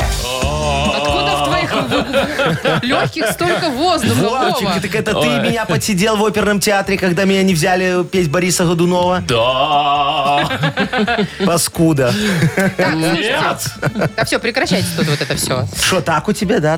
Speaker 3: Откуда в
Speaker 2: А.
Speaker 3: твоих легких столько воздуха, Вова?
Speaker 4: Вовчик, так это ты меня подсидел в оперном театре, когда меня не взяли петь Бориса Годунова?
Speaker 2: Да.
Speaker 4: Паскуда.
Speaker 2: Нет.
Speaker 3: Да все, А прекращайте тут вот это все.
Speaker 4: Что, так у тебя, да,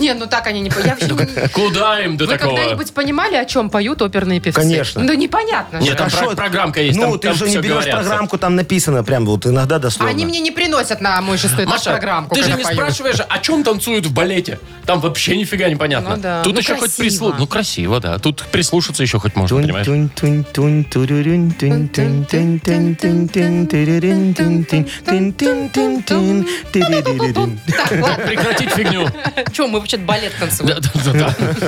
Speaker 3: Не, ну так они не... по- Я вообще не-
Speaker 2: Куда им до
Speaker 3: Вы
Speaker 2: такого?
Speaker 3: когда-нибудь понимали, о чем поют оперные певцы?
Speaker 4: Конечно.
Speaker 3: Да непонятно
Speaker 2: Нет,
Speaker 3: же.
Speaker 2: там
Speaker 4: А
Speaker 2: про-
Speaker 4: шо-
Speaker 2: программка есть.
Speaker 4: Ну,
Speaker 2: там-
Speaker 4: ты
Speaker 2: там
Speaker 4: же не
Speaker 2: всё
Speaker 4: берешь
Speaker 2: говорятся.
Speaker 4: программку, там написано прям вот иногда дословно.
Speaker 3: А Они мне не приносят на мой шестой этаж
Speaker 2: Маша,
Speaker 3: программку,
Speaker 2: ты же
Speaker 3: когда
Speaker 2: не
Speaker 3: поют.
Speaker 2: спрашиваешь, о чем танцуют в балете. Там вообще нифига непонятно.
Speaker 3: Ну да.
Speaker 2: Тут
Speaker 3: Ну,
Speaker 2: еще хоть
Speaker 3: красиво.
Speaker 2: прислу... Ну, красиво, да. Тут прислушаться еще хоть можно, понимаешь?
Speaker 3: Так, ладно.
Speaker 2: Прекратить фигню.
Speaker 3: Че, мы вообще балет танцуем?
Speaker 2: Да, да, да,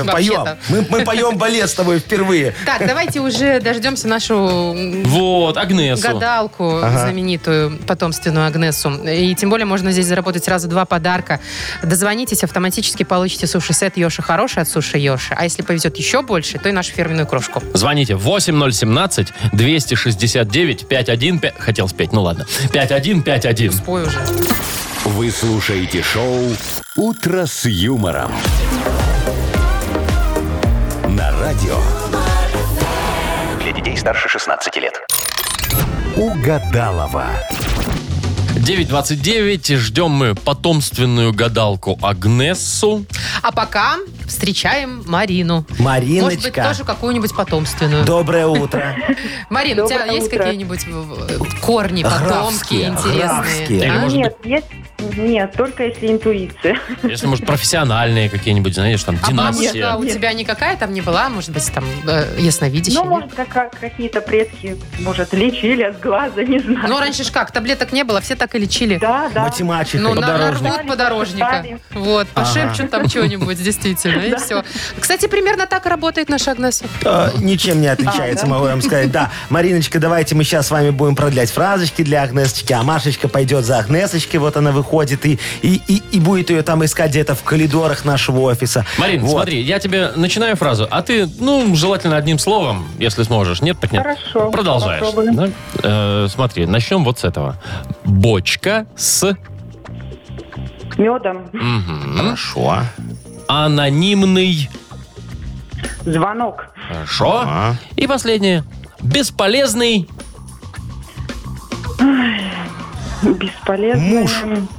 Speaker 2: да.
Speaker 4: Поем.
Speaker 3: Вообще-то.
Speaker 4: Мы, мы поем балет с тобой впервые.
Speaker 3: Так, давайте уже дождемся нашу м,
Speaker 2: Вот, Агнесу.
Speaker 3: гадалку знаменитую, потомственную Агнесу. И тем более можно здесь заработать сразу два подарка. Дозвонитесь, автоматически получите суши-сет Йоши Хороший от Суши Йоши. А если повезет еще больше, то и нашу фирменную кружку.
Speaker 2: Звоните 8017-269-515... Хотел спеть, ну ладно. 5151.
Speaker 3: Ой, уже.
Speaker 1: Вы слушаете шоу «Утро с юмором». На радио
Speaker 8: Для детей старше 16 лет.
Speaker 1: «Угадалова».
Speaker 2: 929. Ждем мы потомственную гадалку Агнесу.
Speaker 3: А пока встречаем Марину. Может быть,
Speaker 4: Мариночка,
Speaker 3: тоже какую-нибудь потомственную.
Speaker 4: доброе утро.
Speaker 3: Марина, у тебя
Speaker 5: Доброе
Speaker 3: есть
Speaker 5: утро.
Speaker 3: какие-нибудь в- в- корни, потомки
Speaker 4: Графские,
Speaker 3: интересные?
Speaker 4: графские.
Speaker 2: Или,
Speaker 3: А?
Speaker 2: может
Speaker 5: Нет, есть? Нет, только если интуиция.
Speaker 2: Если, может, профессиональные какие-нибудь, знаешь, там,
Speaker 3: А бабушка
Speaker 2: династия.
Speaker 3: у тебя никакая там не была? Может быть, там э, ясновидящая?
Speaker 5: Ну, может, как- какие-то предки, может, лечили от глаза, не знаю.
Speaker 3: Ну, раньше ж как, таблеток не было, все так и лечили.
Speaker 5: Да, да.
Speaker 4: Математика.
Speaker 3: Ну, на-
Speaker 2: Подорожник.
Speaker 3: нарвут подорожника.
Speaker 5: Стали.
Speaker 3: Вот, пошепчут там что-нибудь, действительно, и все. Кстати, примерно так и работает наша Агнеса.
Speaker 4: Э, Ничем не отличается,
Speaker 3: А,
Speaker 4: могу вам сказать. Да, Мариночка, давайте мы сейчас с вами будем продлять фразочки для Агнесочки, а Машечка пойдет за Агнесочки, вот она выходит и, и, и, и будет ее там искать где-то в коридорах нашего офиса.
Speaker 2: Марин,
Speaker 4: Вот.
Speaker 2: смотри, я тебе начинаю фразу, а ты, ну, желательно одним словом, если сможешь. Нет, так нет.
Speaker 5: Хорошо,
Speaker 2: Продолжаешь.
Speaker 5: попробую.
Speaker 2: да? Э, смотри, начнем вот с этого. Бочка с...
Speaker 5: Медом.
Speaker 2: Мгм.
Speaker 4: Хорошо.
Speaker 2: Анонимный...
Speaker 5: Звонок.
Speaker 2: Хорошо. И последнее. Бесполезный...
Speaker 5: Бесполезно.
Speaker 4: Муж.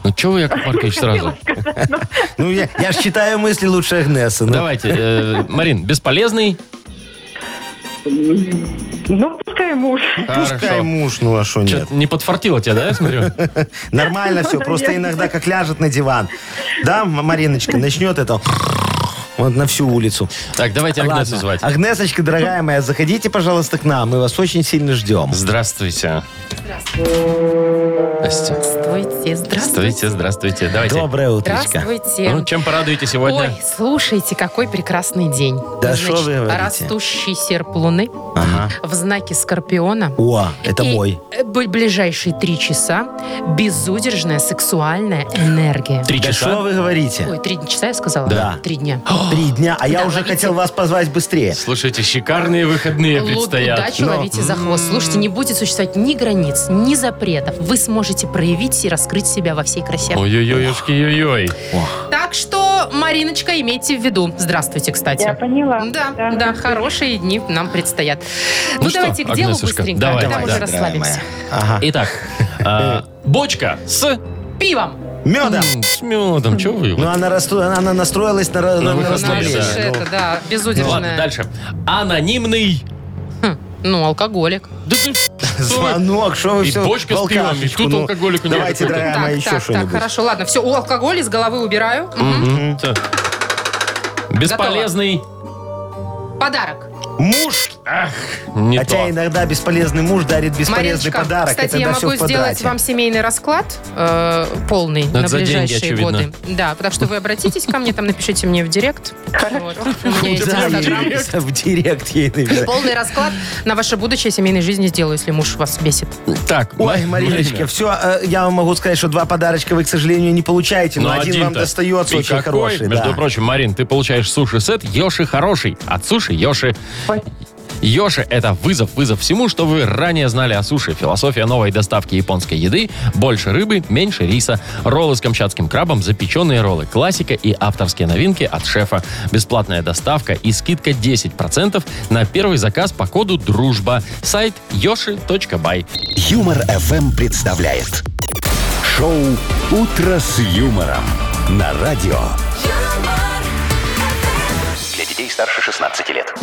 Speaker 2: Ну, чего вы, Яков Маркович, сразу?
Speaker 4: Ну, я, я ж читаю мысли лучше Агнесы. ну.
Speaker 2: Давайте, э, Марин, бесполезный...
Speaker 5: Ну, пускай муж.
Speaker 4: Пускай муж, ну а что нет?
Speaker 2: Чё-то не подфартило тебя, да, я смотрю?
Speaker 4: Нормально все, просто иногда как ляжет на диван. Да, М- Мариночка, начнет это вот на всю улицу.
Speaker 2: Так, давайте Агнесу
Speaker 4: Ладно.
Speaker 2: звать.
Speaker 4: Агнесочка, дорогая моя, заходите, пожалуйста, к нам. Мы вас очень сильно ждем.
Speaker 2: Здравствуйте. Здравствуйте.
Speaker 3: Здравствуйте,
Speaker 2: Здравствуйте, здравствуйте. Давайте.
Speaker 4: Доброе утречко.
Speaker 3: Здравствуйте.
Speaker 2: Ну, чем порадуете
Speaker 3: Ой,
Speaker 2: сегодня?
Speaker 3: слушайте, какой прекрасный день.
Speaker 4: Да
Speaker 3: Значит,
Speaker 4: шо вы говорите?
Speaker 3: Растущий серп луны
Speaker 4: Ага.
Speaker 3: в знаке Скорпиона.
Speaker 4: О, это
Speaker 3: И,
Speaker 4: мой.
Speaker 3: э, б- ближайшие три часа безудержная сексуальная энергия.
Speaker 2: Три
Speaker 4: Да что
Speaker 2: часа.
Speaker 4: вы говорите?
Speaker 3: Ой, три часа я сказала?
Speaker 4: Да.
Speaker 3: Три дня.
Speaker 4: Три дня, а я уже
Speaker 3: ловите.
Speaker 4: хотел вас позвать быстрее.
Speaker 2: Слушайте, шикарные выходные
Speaker 3: Лу-
Speaker 2: предстоят.
Speaker 3: Удачу ловите за хвост. Слушайте, не будет существовать ни границ, ни запретов. Вы сможете проявить и раскрыть себя во всей красе.
Speaker 2: Ой-ой-ой-ой-ой.
Speaker 3: Так что, Мариночка, имейте в виду. Здравствуйте, кстати.
Speaker 5: Я поняла.
Speaker 3: Да, да, хорошие дни нам предстоят. Ну,
Speaker 2: Ну что,
Speaker 3: давайте к делу
Speaker 2: Агнесушка,
Speaker 3: быстренько,
Speaker 2: давай,
Speaker 3: а там
Speaker 2: давай,
Speaker 3: уже
Speaker 2: да,
Speaker 3: расслабимся.
Speaker 4: Ага.
Speaker 2: Итак, а, бочка с...
Speaker 3: Пивом.
Speaker 4: Медом.
Speaker 2: М, С медом. Чего вы?
Speaker 4: Ну, она, расстро- она- она настроилась на, ра-
Speaker 2: На
Speaker 4: на
Speaker 2: выход
Speaker 4: расслабление.
Speaker 2: на
Speaker 3: Наше
Speaker 2: расслабляет.
Speaker 4: Ну,
Speaker 3: это, да,
Speaker 2: Ну ладно,
Speaker 3: безудержное.
Speaker 2: дальше. Анонимный...
Speaker 3: Ну, алкоголик.
Speaker 2: Да ты что?
Speaker 4: Ну, Звонок, что вы
Speaker 2: И
Speaker 4: все
Speaker 2: бочка с пивом, и тут алкоголику нет
Speaker 4: Давайте,
Speaker 2: какой-то.
Speaker 4: дорогая моя,
Speaker 3: так,
Speaker 4: еще
Speaker 3: так, так,
Speaker 4: А что-нибудь.
Speaker 3: хорошо. Ладно, все, у алкоголя из головы убираю. Мгм.
Speaker 2: Мгм. Так. Бесполезный...
Speaker 3: Подарок.
Speaker 4: Муж,
Speaker 2: Ах, Не
Speaker 4: Хотя
Speaker 2: то.
Speaker 4: иногда бесполезный муж дарит бесполезный
Speaker 3: Мариночка,
Speaker 4: подарок.
Speaker 3: кстати,
Speaker 4: и
Speaker 3: я
Speaker 4: тогда все
Speaker 3: могу
Speaker 4: в подарке.
Speaker 3: сделать вам семейный расклад э, полный
Speaker 2: Это
Speaker 3: на
Speaker 2: за деньги,
Speaker 3: ближайшие
Speaker 2: очевидно.
Speaker 3: годы. Да, так что вы обратитесь ко мне, там напишите мне в директ. Вот. У меня есть
Speaker 4: Да,
Speaker 3: Инстаграм.
Speaker 4: ей В директ ей написать.
Speaker 3: Полный расклад на ваше будущее семейной жизни сделаю, если муж вас бесит.
Speaker 2: Так,
Speaker 4: Ой,
Speaker 2: Ма-
Speaker 4: Мариночка, все, я вам могу сказать, что два подарочка вы, к сожалению, не получаете, но,
Speaker 2: Ну,
Speaker 4: один, вам
Speaker 2: один-то.
Speaker 4: достается
Speaker 2: И
Speaker 4: очень
Speaker 2: какой?
Speaker 4: хороший.
Speaker 2: Между
Speaker 4: да.
Speaker 2: прочим, Марин, ты получаешь суши-сет Йоши Хороший от Суши Йоши. Йоши – это вызов, вызов всему, что вы ранее знали о суши. Философия новой доставки японской еды – больше рыбы, меньше риса, роллы с камчатским крабом, запеченные роллы, классика и авторские новинки от шефа. Бесплатная доставка и скидка 10% на первый заказ по коду «Дружба». Сайт yoshi.by.
Speaker 1: Юмор FM представляет шоу Утро с юмором на радио.
Speaker 8: Для детей старше 16 лет.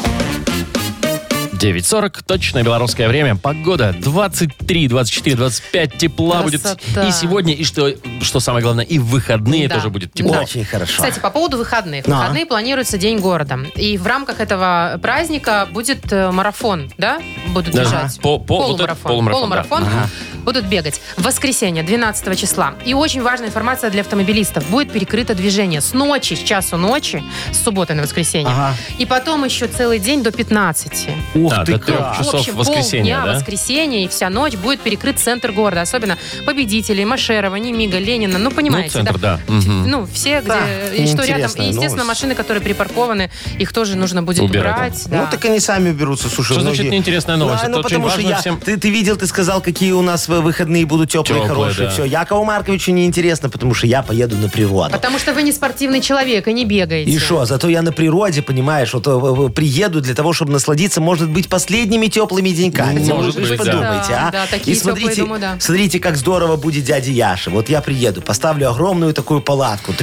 Speaker 2: 9.40, точное белорусское время. Погода 23, 24, 25, тепла
Speaker 3: Красота.
Speaker 2: будет и сегодня, и что, что самое главное, и в выходные
Speaker 3: Да.
Speaker 2: тоже будет тепло.
Speaker 3: Да.
Speaker 4: Очень хорошо.
Speaker 3: Кстати, по поводу выходных.
Speaker 4: Да.
Speaker 3: Выходные планируется День города. И в рамках этого праздника будет э, марафон, да? Будут
Speaker 2: Да.
Speaker 3: бежать.
Speaker 2: По- по- вот этот полумарафон, да.
Speaker 3: Будут бегать. В воскресенье, 12 числа. И очень важная информация для автомобилистов. Будет перекрыто движение с ночи, с часу ночи, с субботы на воскресенье.
Speaker 4: Ага.
Speaker 3: И потом еще целый день до 15.
Speaker 4: Ух
Speaker 2: Да,
Speaker 4: ты,
Speaker 2: до
Speaker 4: как.
Speaker 2: трех часов
Speaker 3: в общем,
Speaker 2: воскресенья,
Speaker 3: полдня
Speaker 2: да?
Speaker 3: воскресенье и вся ночь будет перекрыт центр города. Особенно победителей, Машерова, Немига, Ленина. Ну, понимаете,
Speaker 2: ну, центр, да. Мгм.
Speaker 3: ну, все, где
Speaker 4: Да,
Speaker 3: и что рядом.
Speaker 4: интересная
Speaker 3: И, естественно,
Speaker 4: новость.
Speaker 3: машины, которые припаркованы, их тоже нужно будет
Speaker 2: Убирать,
Speaker 3: убрать. да.
Speaker 4: Ну, так они сами уберутся, слушай.
Speaker 2: Что значит
Speaker 4: многие-
Speaker 2: неинтересная новость?
Speaker 4: Да,
Speaker 2: Это
Speaker 4: ну,
Speaker 2: очень
Speaker 4: потому что
Speaker 2: важно
Speaker 4: я...
Speaker 2: всем.
Speaker 4: Ты, ты видел, ты сказал, какие у нас э, выходные будут теплые,
Speaker 2: Теплые,
Speaker 4: хорошие.
Speaker 2: да.
Speaker 4: Все, Якову Марковичу неинтересно, потому что я поеду на природу.
Speaker 3: Потому что вы не спортивный человек и не бегаете.
Speaker 4: И что, зато я на природе, понимаешь, вот э, э, приеду для того, чтобы насладиться, может быть, последними теплыми деньками.
Speaker 2: Ну,
Speaker 4: Вы
Speaker 2: может
Speaker 4: же
Speaker 2: быть, да.
Speaker 4: подумайте,
Speaker 3: Да,
Speaker 4: а?
Speaker 3: да, такие
Speaker 4: и смотрите,
Speaker 3: теплые, думаю, да.
Speaker 4: смотрите, как здорово будет дядя Яша. Вот я приеду, поставлю огромную такую палатку,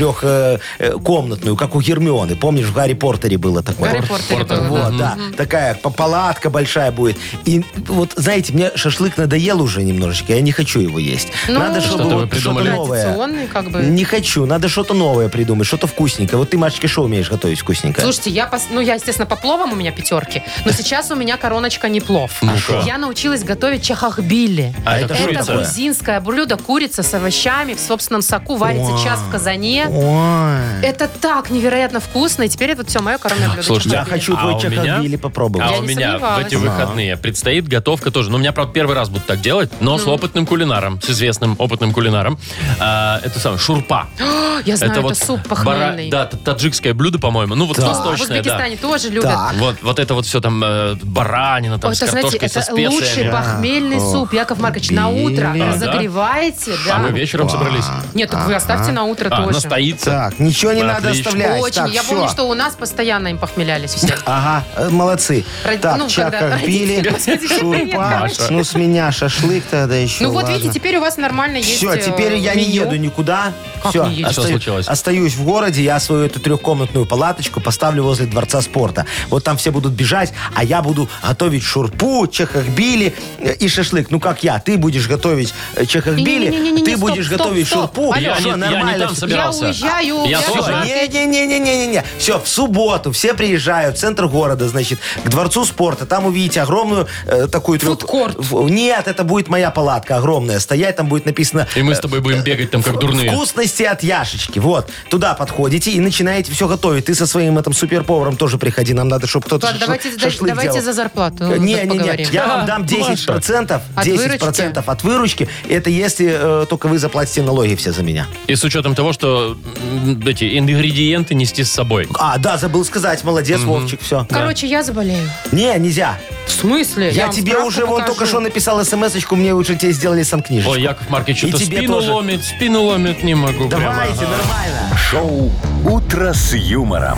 Speaker 4: трехкомнатную, как у Гермионы. Помнишь, в Гарри Портере было такое?
Speaker 3: Гарри Поттер
Speaker 2: Портер,
Speaker 3: был, да.
Speaker 4: Вот, да. Такая па- палатка большая будет. И вот, знаете, мне шашлык надоел уже немножечко, я не хочу его есть.
Speaker 3: Ну,
Speaker 4: Надо,
Speaker 3: Что-то
Speaker 4: чтобы
Speaker 2: вы
Speaker 4: вот что-то
Speaker 2: придумали.
Speaker 4: новое.
Speaker 3: Традиционный, как бы.
Speaker 4: Не хочу, надо что-то новое придумать, что-то вкусненькое. Вот ты, Машечка, что умеешь готовить вкусненькое?
Speaker 3: Слушайте, я, пос- ну, я, естественно, по пловам у меня пятерки, но сейчас у меня короночка не плов.
Speaker 2: Ну что?
Speaker 3: Я научилась готовить чахахбили.
Speaker 2: А это что
Speaker 3: это
Speaker 2: такое?
Speaker 3: грузинское блюдо, курица с овощами в собственном соку, варится час в казане.
Speaker 4: Ой.
Speaker 3: Это так невероятно вкусно, и теперь это вот все мое коронное блюдо.
Speaker 2: Слушайте,
Speaker 4: Я
Speaker 3: чахохбили.
Speaker 4: хочу
Speaker 2: А
Speaker 4: твой
Speaker 2: у
Speaker 4: чахохбили
Speaker 2: меня-
Speaker 4: попробовать.
Speaker 2: А
Speaker 3: Я
Speaker 2: у
Speaker 3: не
Speaker 2: меня в
Speaker 3: сомневалась.
Speaker 2: эти выходные предстоит готовка тоже. Ну, у меня, правда, первый раз буду так делать, но
Speaker 3: Ну.
Speaker 2: с опытным кулинаром, с известным опытным кулинаром. А, это самое, шурпа.
Speaker 3: О, Я знаю, это,
Speaker 2: вот
Speaker 3: суп
Speaker 2: бара-
Speaker 3: похмельный.
Speaker 2: Да, т- таджикское блюдо, по-моему. Ну, вот
Speaker 3: О, в
Speaker 2: восточное, да.
Speaker 3: Узбекистане тоже любят.
Speaker 4: Так.
Speaker 2: Вот, вот это вот все там э, баранина, там
Speaker 3: Ой,
Speaker 2: с
Speaker 3: это, знаете,
Speaker 2: картошкой,
Speaker 3: это
Speaker 2: со специями.
Speaker 3: лучший похмельный суп, Яков Маркович, на утро
Speaker 4: били.
Speaker 2: А, да?
Speaker 3: разогреваете, да?
Speaker 2: А мы вечером собрались.
Speaker 3: Нет, так вы оставьте на утро
Speaker 2: А,
Speaker 3: тоже.
Speaker 2: настоится.
Speaker 4: Так, ничего не надо
Speaker 2: Отлично.
Speaker 4: оставлять.
Speaker 3: Очень.
Speaker 4: Так,
Speaker 3: Я
Speaker 4: всё.
Speaker 3: помню, что у нас постоянно им похмелялись все. Ну
Speaker 4: Ага, э, молодцы.
Speaker 3: Ради-
Speaker 4: Так,
Speaker 3: ну, когда
Speaker 4: чахохбили,
Speaker 3: родители-
Speaker 4: шурпа.
Speaker 2: Маша.
Speaker 4: Ну, с меня шашлык тогда еще.
Speaker 3: Ну вот видите, теперь у вас нормально есть
Speaker 4: Все,
Speaker 3: э,
Speaker 4: теперь я не
Speaker 3: меню.
Speaker 4: еду никуда.
Speaker 3: Как
Speaker 4: Все,
Speaker 3: не едешь?
Speaker 2: А что случилось?
Speaker 4: Остаюсь в городе, я свою эту трехкомнатную палаточку поставлю возле дворца спорта. Вот там все будут бежать, а я буду готовить шурпу, чехахбили э, и шашлык. Ну как я? Ты будешь готовить э, чехахбили,
Speaker 3: Не-не-не-не,
Speaker 4: ты
Speaker 3: стоп,
Speaker 4: будешь
Speaker 3: стоп,
Speaker 4: готовить
Speaker 3: стоп.
Speaker 4: шурпу.
Speaker 3: Алло.
Speaker 2: Я
Speaker 4: Всё,
Speaker 2: не- я не
Speaker 4: нормально.
Speaker 2: там
Speaker 4: всё.
Speaker 3: Я
Speaker 2: собирался.
Speaker 3: уезжаю,
Speaker 2: Я
Speaker 3: я
Speaker 2: тоже.
Speaker 3: тоже.
Speaker 4: Не-не-не-не-не-не. Все, в субботу все приезжают в центр города, значит, к дворцу спорта. Там увидите огромную э, такую... трёх-
Speaker 3: Фудкорт.
Speaker 4: В- Нет, это будет моя палатка огромная. Стоять, там будет написано...
Speaker 2: И мы с тобой будем бегать там как дурные.
Speaker 4: Вкусности от Яшечки. Вот. Туда подходите и начинаете все готовить. Ты со своим этим суперповаром тоже приходи. Нам надо, чтобы кто-то
Speaker 3: Ладно,
Speaker 4: шаш-
Speaker 3: давайте,
Speaker 4: шашлык
Speaker 3: давайте
Speaker 4: делал.
Speaker 3: за зарплату
Speaker 4: Не, не, не,
Speaker 3: поговорим.
Speaker 4: я вам дам 10%,
Speaker 3: От
Speaker 4: 10 от выручки. Это если э, только вы заплатите налоги все за меня.
Speaker 2: И с учетом того, что м, эти ингредиенты нести с собой.
Speaker 4: А, да, забыл сказать, молодец, Вовчик, все.
Speaker 3: Короче, я заболею.
Speaker 4: Не, нельзя.
Speaker 3: В смысле?
Speaker 4: Я,
Speaker 3: вам
Speaker 4: тебе
Speaker 3: справку
Speaker 4: уже вот
Speaker 3: покажу.
Speaker 4: только что написал смс-очку, мне уже тебе сделали санкнижечку.
Speaker 2: Ой, Яков Маркович,
Speaker 4: И
Speaker 2: что-то
Speaker 4: тебе
Speaker 2: спину
Speaker 4: тоже.
Speaker 2: ломит, спину ломит, не могу прямо.
Speaker 4: Давайте, нормально.
Speaker 1: Шоу Утро с юмором.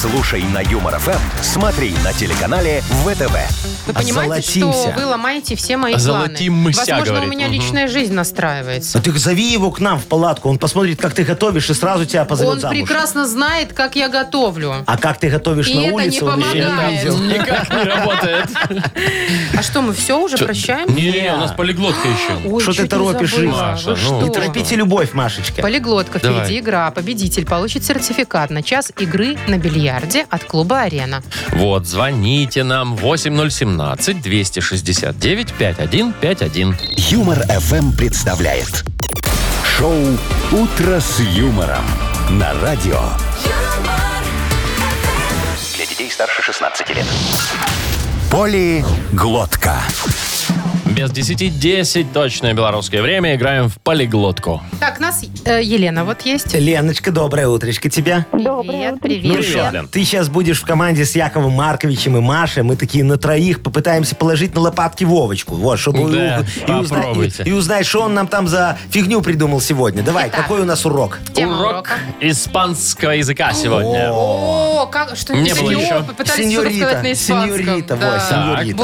Speaker 1: Слушай на Юмор ФМ, смотри на телеканале ВТВ.
Speaker 3: Вы понимаете, что
Speaker 4: Озолотимся.
Speaker 3: вы ломаете все мои планы?
Speaker 2: Озолотимся,
Speaker 3: Возможно, у
Speaker 2: говорит.
Speaker 3: меня
Speaker 2: Мгм.
Speaker 3: личная жизнь настраивается.
Speaker 4: А ты зови его к нам в палатку, он посмотрит, как ты готовишь, и сразу тебя позовет
Speaker 3: Он
Speaker 4: замуж.
Speaker 3: прекрасно знает, как я готовлю.
Speaker 4: А как ты готовишь
Speaker 3: И
Speaker 4: на
Speaker 3: это не
Speaker 4: улице, он еще не
Speaker 3: помогает.
Speaker 4: видел.
Speaker 2: Никак не работает.
Speaker 3: А что, мы все уже прощаемся?
Speaker 2: Не, у нас полиглотка еще.
Speaker 3: Ой,
Speaker 4: Что ты
Speaker 3: чуть не
Speaker 4: торопишь,
Speaker 3: забыла.
Speaker 4: Маша?
Speaker 3: Вы
Speaker 2: Ну,
Speaker 3: что?
Speaker 4: Не торопите любовь, Машечка.
Speaker 3: Полиглотка,
Speaker 2: Давай.
Speaker 3: впереди игра. Победитель получит сертификат на час игры на бильярде. Красноярде от клуба «Арена».
Speaker 2: Вот, звоните нам 8017-269-5151.
Speaker 1: Юмор FM представляет шоу Утро с юмором на радио.
Speaker 8: Для детей старше 16 лет.
Speaker 1: Поли Глотка.
Speaker 2: Без 10-10 точное белорусское время. Играем в полиглотку.
Speaker 3: Так, у нас э, Елена вот есть.
Speaker 4: Леночка, доброе утречко тебе.
Speaker 3: Привет,
Speaker 5: Доброе утро.
Speaker 4: Ну
Speaker 3: привет.
Speaker 2: Привет, Лен.
Speaker 4: Ты сейчас будешь в команде с Яковом Марковичем и Машей. Мы такие на троих попытаемся положить на лопатки Вовочку. Вот, чтобы
Speaker 2: Да,
Speaker 4: и, узна-
Speaker 2: попробуйте.
Speaker 4: и- и узнать, что он нам там за фигню придумал сегодня. Давай,
Speaker 3: Итак. Типа
Speaker 4: какой у нас урок?
Speaker 3: Тема
Speaker 2: Урок
Speaker 3: урока.
Speaker 2: испанского языка сегодня.
Speaker 3: О, как, что
Speaker 2: Не было еще.
Speaker 3: Пытались что-то сказать на испанском.
Speaker 4: Сеньорита,
Speaker 3: Да.
Speaker 4: вот, сеньорита.
Speaker 2: Что еще Э,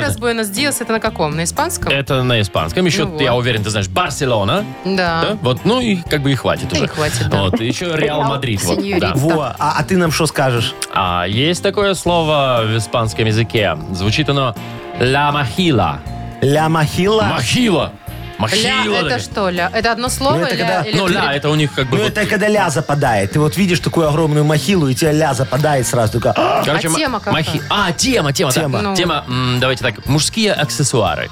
Speaker 3: Буэнос-Айрес,
Speaker 2: это?
Speaker 3: Буэнос-Диас, это на каком? На испанском?
Speaker 2: Это на испанском. Еще,
Speaker 3: Ну
Speaker 2: я
Speaker 3: вот.
Speaker 2: уверен, ты знаешь, Барселона. Да?
Speaker 3: Да.
Speaker 2: Вот, ну и как бы и хватит
Speaker 3: Да и
Speaker 2: уже.
Speaker 3: хватит, да.
Speaker 2: Вот, и еще Реал Мадрид. вот,
Speaker 3: Сеньорита.
Speaker 2: да.
Speaker 4: Во, а, а ты нам что скажешь?
Speaker 2: А есть такое слово в испанском языке. Звучит оно «ла махила».
Speaker 4: Ля Махила?
Speaker 2: Махила!
Speaker 3: Ля,
Speaker 2: Махила!
Speaker 3: это
Speaker 2: такая.
Speaker 3: что, ля? Это одно слово?
Speaker 4: Ну, это
Speaker 3: ля,
Speaker 4: когда-
Speaker 3: или
Speaker 2: Ну,
Speaker 3: это-
Speaker 2: ля, это у них как бы...
Speaker 4: Ну,
Speaker 2: вот-
Speaker 4: это когда ля западает. Ты вот видишь такую огромную махилу, и тебя ля западает сразу. Такая, «А!»
Speaker 2: Короче,
Speaker 3: А
Speaker 2: ма-
Speaker 3: тема какая?
Speaker 2: махи- А, тема, тема, да.
Speaker 4: Тема.
Speaker 2: тема.
Speaker 3: Ну.
Speaker 2: м, давайте так, мужские аксессуары.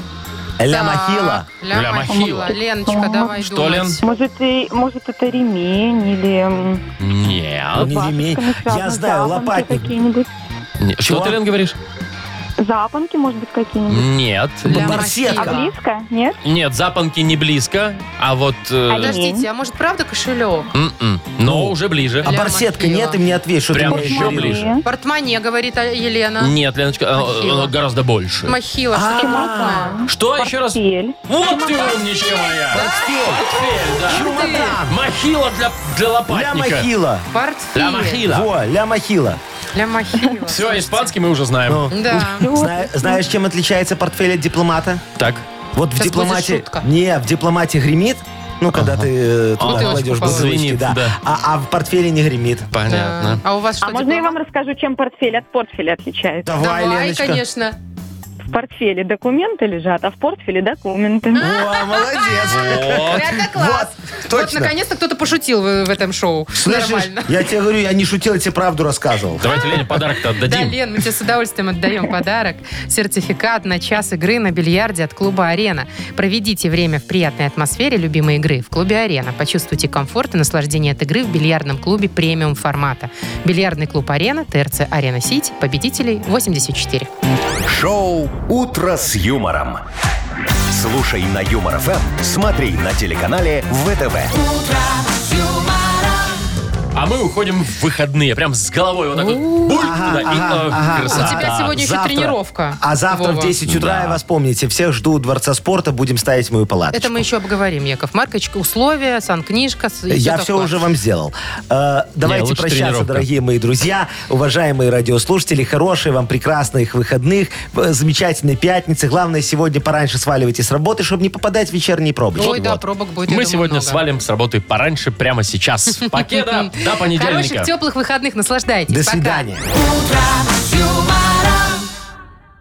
Speaker 4: ля
Speaker 3: Так,
Speaker 4: махила.
Speaker 3: Ля,
Speaker 2: Ля
Speaker 3: махила.
Speaker 2: махила.
Speaker 3: Леночка, давай
Speaker 2: Что,
Speaker 3: думать.
Speaker 2: Лен?
Speaker 5: Может, и, может, это ремень или... м,
Speaker 2: Нет.
Speaker 4: Ну, Не
Speaker 5: лопаточками
Speaker 4: ремень.
Speaker 5: связано,
Speaker 4: Я знаю,
Speaker 5: запонки
Speaker 4: лопатник.
Speaker 5: какие-нибудь.
Speaker 2: Не- Что
Speaker 4: Чего?
Speaker 2: ты, Лен, говоришь?
Speaker 5: Запонки, может быть, какие-нибудь.
Speaker 2: Нет.
Speaker 3: Ля
Speaker 4: Барсетка.
Speaker 5: А
Speaker 3: махила.
Speaker 5: близко? Нет?
Speaker 2: Нет, запонки не близко, а вот... э,
Speaker 5: А я-
Speaker 3: Подождите, а может правда кошелек?
Speaker 2: м-м, но уже ближе.
Speaker 4: А
Speaker 3: Ля
Speaker 4: барсетка
Speaker 3: махила.
Speaker 4: нет, и мне ответь, что
Speaker 2: Прям
Speaker 4: ты мне
Speaker 2: еще
Speaker 4: говорила.
Speaker 2: ближе.
Speaker 3: Портмоне, говорит а, Елена.
Speaker 2: Нет, Леночка, э,
Speaker 3: Махила.
Speaker 2: э, гораздо больше.
Speaker 3: Махила,
Speaker 2: А.
Speaker 3: что-то крупное.
Speaker 2: Что еще раз?
Speaker 5: Пель.
Speaker 2: Вот ты умничка моя! Портфель, да.
Speaker 4: Чемодан.
Speaker 2: Махила для, для
Speaker 4: Ля
Speaker 2: лопатника.
Speaker 4: махила.
Speaker 3: Портфель.
Speaker 2: Ля махила.
Speaker 4: Во, ля махила.
Speaker 3: Ля махила.
Speaker 2: Все, испанский мы уже знаем.
Speaker 4: Ну.
Speaker 3: Да.
Speaker 4: Зна- Знаешь, чем отличается портфель от дипломата?
Speaker 2: Так.
Speaker 4: Вот в
Speaker 3: Сейчас будет
Speaker 4: дипломате...
Speaker 3: шутка.
Speaker 4: Не, в дипломате гремит, ну, когда ты э, туда
Speaker 3: Бутылочку
Speaker 4: кладешь
Speaker 3: положил.
Speaker 4: бутылочки,
Speaker 2: Звенит,
Speaker 4: да.
Speaker 2: да.
Speaker 4: А, а в портфеле не гремит.
Speaker 2: Понятно.
Speaker 3: А у вас что?
Speaker 5: А можно я
Speaker 3: дипломат?
Speaker 5: вам расскажу, чем портфель от портфеля отличается?
Speaker 4: Давай,
Speaker 3: Давай,
Speaker 4: Леночка.
Speaker 3: конечно.
Speaker 5: В портфеле документы лежат, а в портфеле документы.
Speaker 4: О, молодец.
Speaker 2: Вот.
Speaker 3: Это класс. Вот,
Speaker 4: точно.
Speaker 3: наконец-то кто-то пошутил в в этом шоу.
Speaker 4: Слышишь,
Speaker 3: Нормально.
Speaker 4: я тебе говорю, я не шутил, я тебе правду рассказывал.
Speaker 2: Давайте Лене подарок-то
Speaker 3: Да,
Speaker 2: отдадим.
Speaker 3: Лен, мы тебе с удовольствием отдаем подарок. Сертификат на час игры на бильярде от клуба «Арена». Проведите время в приятной атмосфере любимой игры в клубе «Арена». Почувствуйте комфорт и наслаждение от игры в бильярдном клубе премиум формата. Бильярдный клуб «Арена», ТРЦ «Арена Сити», победителей 84.
Speaker 1: Шоу «Утро с юмором». Слушай на Юмор ФМ, смотри на телеканале ВТВ.
Speaker 2: А мы уходим в выходные. Прям с головой вот так вот. Буль туда, и, э, красота.
Speaker 3: У А тебя сегодня еще
Speaker 4: А, завтра.
Speaker 3: тренировка,
Speaker 4: А завтра
Speaker 3: Вова.
Speaker 4: в 10 утра, я вас помните, всех жду у Дворца спорта, будем ставить мою палаточку.
Speaker 3: Это мы еще обговорим, Яков Маркович. Условия, санкнижка. с- и
Speaker 4: Я
Speaker 3: всё
Speaker 4: все
Speaker 3: такое.
Speaker 4: уже вам сделал. Э, давайте
Speaker 2: лучше
Speaker 4: прощаться,
Speaker 2: тренировка.
Speaker 4: дорогие мои друзья, уважаемые радиослушатели. Хорошие вам прекрасных выходных, э, замечательной пятницы. Главное, сегодня пораньше сваливайте с работы, чтобы не попадать в вечерние пробочки.
Speaker 3: Ой, да,
Speaker 4: Вот.
Speaker 3: пробок будет. я
Speaker 2: Мы
Speaker 3: думаю,
Speaker 2: сегодня
Speaker 3: много.
Speaker 2: свалим с работы пораньше, прямо сейчас. Покеда до понедельника.
Speaker 3: Хороших теплых выходных, наслаждайтесь.
Speaker 4: До
Speaker 3: Пока.
Speaker 4: свидания.
Speaker 9: humor.